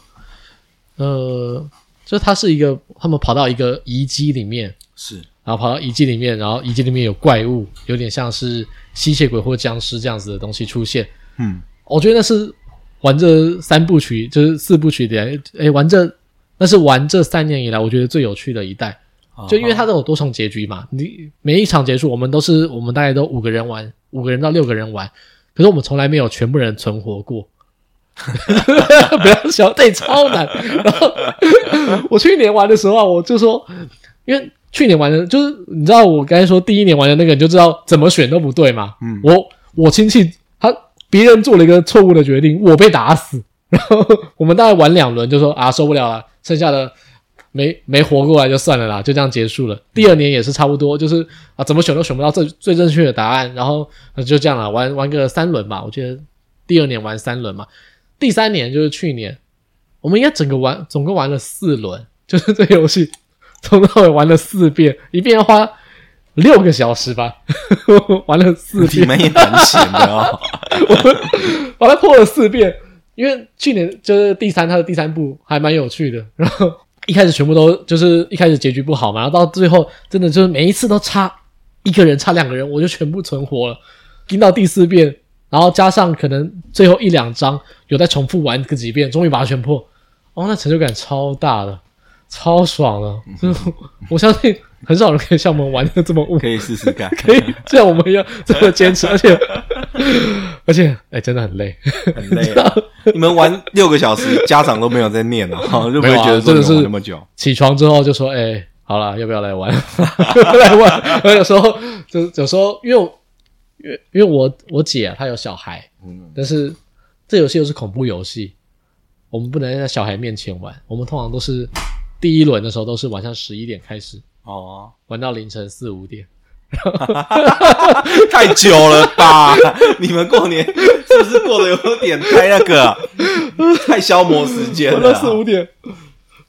Speaker 1: 呃，就是它是一个他们跑到一个遗迹里面，
Speaker 3: 是
Speaker 1: 然后跑到遗迹里面，然后遗迹里面有怪物，有点像是吸血鬼或僵尸这样子的东西出现。
Speaker 3: 嗯，
Speaker 1: 我觉得那是玩这三部曲，就是四部曲的，哎，玩这那是玩这三年以来我觉得最有趣的一代。
Speaker 3: 哦啊
Speaker 1: 就因为它都有多重结局嘛，你每一场结束，我们都是我们大概都五个人玩，五个人到六个人玩，可是我们从来没有全部人存活过。 不要笑，这超难。 然后我去年玩的时候啊，我就说，因为去年玩的，就是你知道我刚才说第一年玩的那个，你就知道怎么选都不对嘛。
Speaker 3: 嗯
Speaker 1: 我我亲戚他别人做了一个错误的决定，我被打死。然后我们大概玩两轮就说啊受不了了，剩下的没没活过来就算了啦，就这样结束了。第二年也是差不多，就是啊怎么选都选不到最最正确的答案，然后呃就这样了，玩玩个三轮吧，我记得第二年玩三轮嘛，第三年就是去年，我们应该整个玩，总共玩了四轮，就是这游戏 从头到尾玩了四遍，一遍要花六个小时吧， 玩了四
Speaker 3: 你
Speaker 1: 遍，
Speaker 3: 们也蛮闲的哦。
Speaker 1: 把它破了四遍。因为去年就是第三，它的第三部还蛮有趣的。然后一开始全部都就是一开始结局不好嘛，然后到最后真的就是每一次都差一个人，差两个人，我就全部存活了。盯到第四遍，然后加上可能最后一两章有再重复玩个几遍，终于把它全破。哦，那成就感超大的，超爽了。就是我我相信很少人可以像我们玩的这么悟
Speaker 3: 可以试试看。
Speaker 1: 可以像我们一样 这么坚持，而且 而且哎、真的很累，
Speaker 3: 很累、啊。你们玩六个小时，家长都没有在念啊，就没有觉得
Speaker 1: 真的
Speaker 3: 说你们
Speaker 1: 是
Speaker 3: 玩那么久。
Speaker 1: 起床之后就说哎、好了，要不要来玩？ 来玩。然后有时候就有时候因为我因为因为我我姐、啊、她有小孩，
Speaker 3: 嗯，
Speaker 1: 但是这游戏又是恐怖游戏，我们不能在小孩面前玩。我们通常都是第一轮的时候都是晚上十一点开始
Speaker 3: 哦，
Speaker 1: 玩到凌晨四五点。
Speaker 3: 太久了吧？你们过年是不是过得有点太那个啊、太消磨 时间
Speaker 1: 玩
Speaker 3: 了
Speaker 1: 到
Speaker 3: 啊、
Speaker 1: 四五点，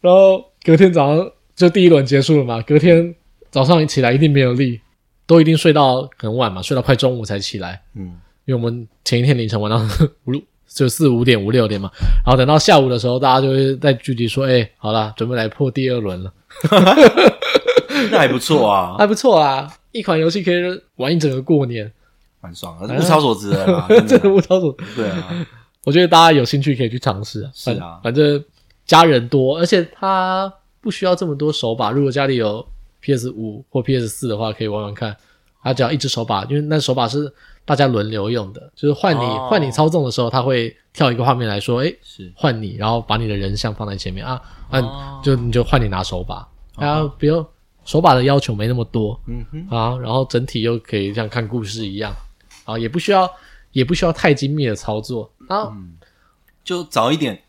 Speaker 1: 然后隔天早上就第一轮结束了嘛，隔天早上一起来一定没有力，都一定睡到很晚嘛，睡到快中午才起来，
Speaker 3: 嗯，
Speaker 1: 因为我们前一天凌晨玩到五六就四五点五六点嘛，然后等到下午的时候，大家就会在聚集说，哎、好啦，准备来破第二轮了，
Speaker 3: 那还不错啊，
Speaker 1: 还不错啊，一款游戏可以玩一整个过年，
Speaker 3: 蛮爽的，物超所值的啦，真
Speaker 1: 哎真
Speaker 3: 的
Speaker 1: 的。不操作。
Speaker 3: 对啊，
Speaker 1: 我觉得大家有兴趣可以去尝试啊。
Speaker 3: 是
Speaker 1: 反
Speaker 3: 啊
Speaker 1: 反正家人多，而且他不需要这么多手把。如果家里有 PS 五或 PS 四的话，可以玩玩看。他只要一只手把，因为那手把是大家轮流用的，就是换你、
Speaker 3: 哦
Speaker 1: 换你操纵的时候，他会跳一个画面来说，诶，
Speaker 3: 是
Speaker 1: 换你，然后把你的人像放在前面啊，那、
Speaker 3: 哦
Speaker 1: 就你就换你拿手把，然后不用手把的要求没那么多，
Speaker 3: 嗯哼，
Speaker 1: 啊，然后整体又可以像看故事一样，啊，也不需要也不需要太精密的操作，啊，
Speaker 3: 就早一点，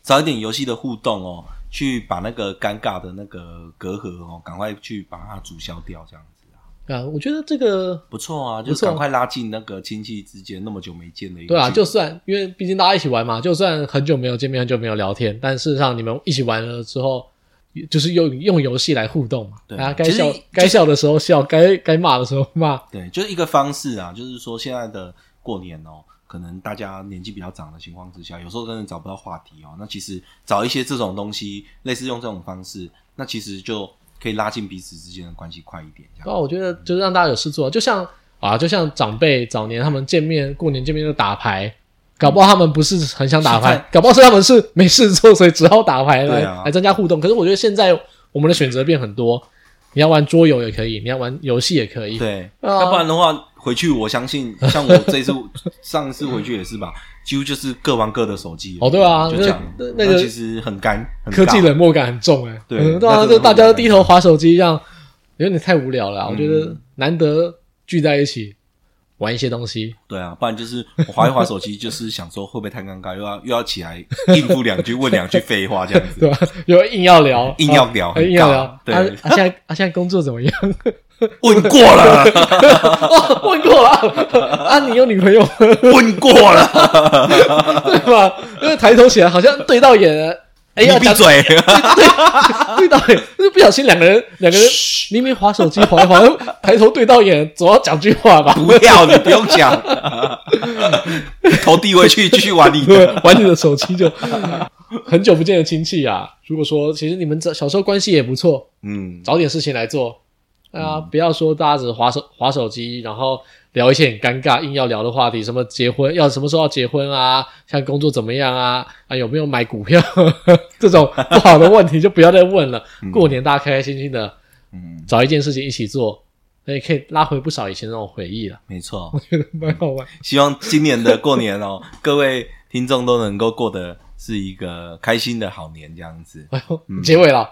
Speaker 3: 早一点游戏的互动哦，去把那个尴尬的那个隔阂哦，赶快去把它注消掉，这样子啊，
Speaker 1: 啊，我觉得这个
Speaker 3: 不错啊，就
Speaker 1: 不错
Speaker 3: 赶快拉近那个亲戚之间那么久没见的一个
Speaker 1: 对啊，
Speaker 3: 距离
Speaker 1: 就算因为毕竟大家一起玩嘛，就算很久没有见面，很久没有聊天，但事实上你们一起玩了之后，就是用用游戏来互动嘛，
Speaker 3: 对
Speaker 1: 大家该
Speaker 3: 其实
Speaker 1: 笑
Speaker 3: 就是
Speaker 1: 该笑的时候笑，该该骂的时候骂，
Speaker 3: 对，就是一个方式啊，就是说现在的过年哦，可能大家年纪比较长的情况之下，有时候真的找不到话题哦。那其实找一些这种东西，类似用这种方式，那其实就可以拉近彼此之间的关系快一点。这
Speaker 1: 对
Speaker 3: 样，
Speaker 1: 啊，我觉得就是让大家有事做，就像啊，就像长辈早年他们见面过年见面就打牌，搞不好他们不是很想打
Speaker 3: 现
Speaker 1: 牌
Speaker 3: 在，
Speaker 1: 搞不好是他们是没事做，所以只好打牌来、
Speaker 3: 嗯对啊
Speaker 1: 来增加互动。可是我觉得现在我们的选择变很多，你要玩桌游也可以，你要玩游戏也可以，
Speaker 3: 对，
Speaker 1: 啊
Speaker 3: 要不然的话，回去我 相信，像我这一次上一次回去也是吧，几乎就是各玩各的手机了。
Speaker 1: 哦对啊
Speaker 3: 就这样
Speaker 1: 那那个
Speaker 3: 其实很干，很
Speaker 1: 科技
Speaker 3: 尬
Speaker 1: 冷漠感很重哎、
Speaker 3: 对
Speaker 1: 嗯对
Speaker 3: 那
Speaker 1: 啊，
Speaker 3: 真
Speaker 1: 就
Speaker 3: 的
Speaker 1: 大
Speaker 3: 很
Speaker 1: 家都
Speaker 3: 冷
Speaker 1: 低头划手机，这样有点太无聊了啊、我觉得
Speaker 3: 嗯
Speaker 1: 难得聚在一起玩一些东西，
Speaker 3: 对啊，不然就是我划一划手机，就是想说会不会太尴尬，又要又要起来应付两句，问两句废话这样子。
Speaker 1: 对吧、 又硬要聊，
Speaker 3: 硬要聊
Speaker 1: 啊
Speaker 3: 很
Speaker 1: 硬要
Speaker 3: 尬
Speaker 1: 聊。
Speaker 3: 对
Speaker 1: 啊啊，现在啊，现在工作怎么 样？
Speaker 3: 问过 了，
Speaker 1: 哦，问过了啊，你有女朋友吗
Speaker 3: 问过了，
Speaker 1: 对吧？因为抬头起来好像对到眼了，哎
Speaker 3: 你
Speaker 1: 呀，
Speaker 3: 闭
Speaker 1: 讲
Speaker 3: 嘴！
Speaker 1: 对到眼，就是不小心两个人两个人明明划手机划一划，抬头对到眼，总要讲句话吧？
Speaker 3: 不要，你不用讲，投递回去，继续玩 你
Speaker 1: 对
Speaker 3: 的。，
Speaker 1: 玩你的手机 就很久不见的亲戚啊。如果说其实你们这小时候关系也不错，
Speaker 3: 嗯，
Speaker 1: 找点事情来做。啊，不要说大家只是划手划手机，然后聊一些很尴尬、硬要聊的话题，什么结婚要什么时候要结婚啊，像工作怎么样啊，啊有没有买股票 这种不好的问题就不要再问了。过年大家开开心心的，
Speaker 3: 嗯，
Speaker 1: 找一件事情一起做，那也可以拉回不少以前那种回忆了，
Speaker 3: 没错。
Speaker 1: 觉得 蛮好玩。
Speaker 3: 希望今年的过年哦， 各位听众都能够过得是一个开心的好年，这样子。
Speaker 1: 哎呦， 结尾了，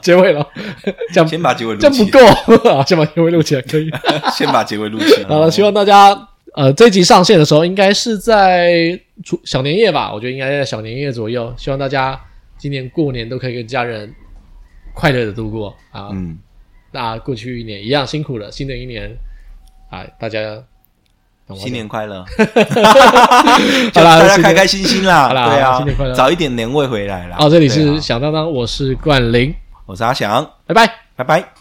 Speaker 1: 结尾了，这样
Speaker 3: 先把结尾
Speaker 1: 这
Speaker 3: 录
Speaker 1: 样不
Speaker 3: 起，
Speaker 1: 够啊，先把结尾录起来 可以。
Speaker 3: 先把结尾录起。
Speaker 1: 好了，希望大家呃这一集上线的时候，应该是在除小年夜吧，我觉得应该在小年夜左右。希望大家今年过年都可以跟家人快乐的度过啊。
Speaker 3: 嗯，
Speaker 1: 那过去一年一样辛苦了，新的一年啊，大家赶快
Speaker 3: 新年快乐！
Speaker 1: 好
Speaker 3: 就
Speaker 1: 啦
Speaker 3: 大家
Speaker 1: 新年
Speaker 3: 开开心心啦，
Speaker 1: 好啦
Speaker 3: 对啊，
Speaker 1: 新年快乐哦
Speaker 3: 早一点年味回来啦。
Speaker 1: 好，这里
Speaker 3: 对啊啊
Speaker 1: 是响当当，我是冠霖，
Speaker 3: 我是阿翔，
Speaker 1: 拜拜。
Speaker 3: 拜拜。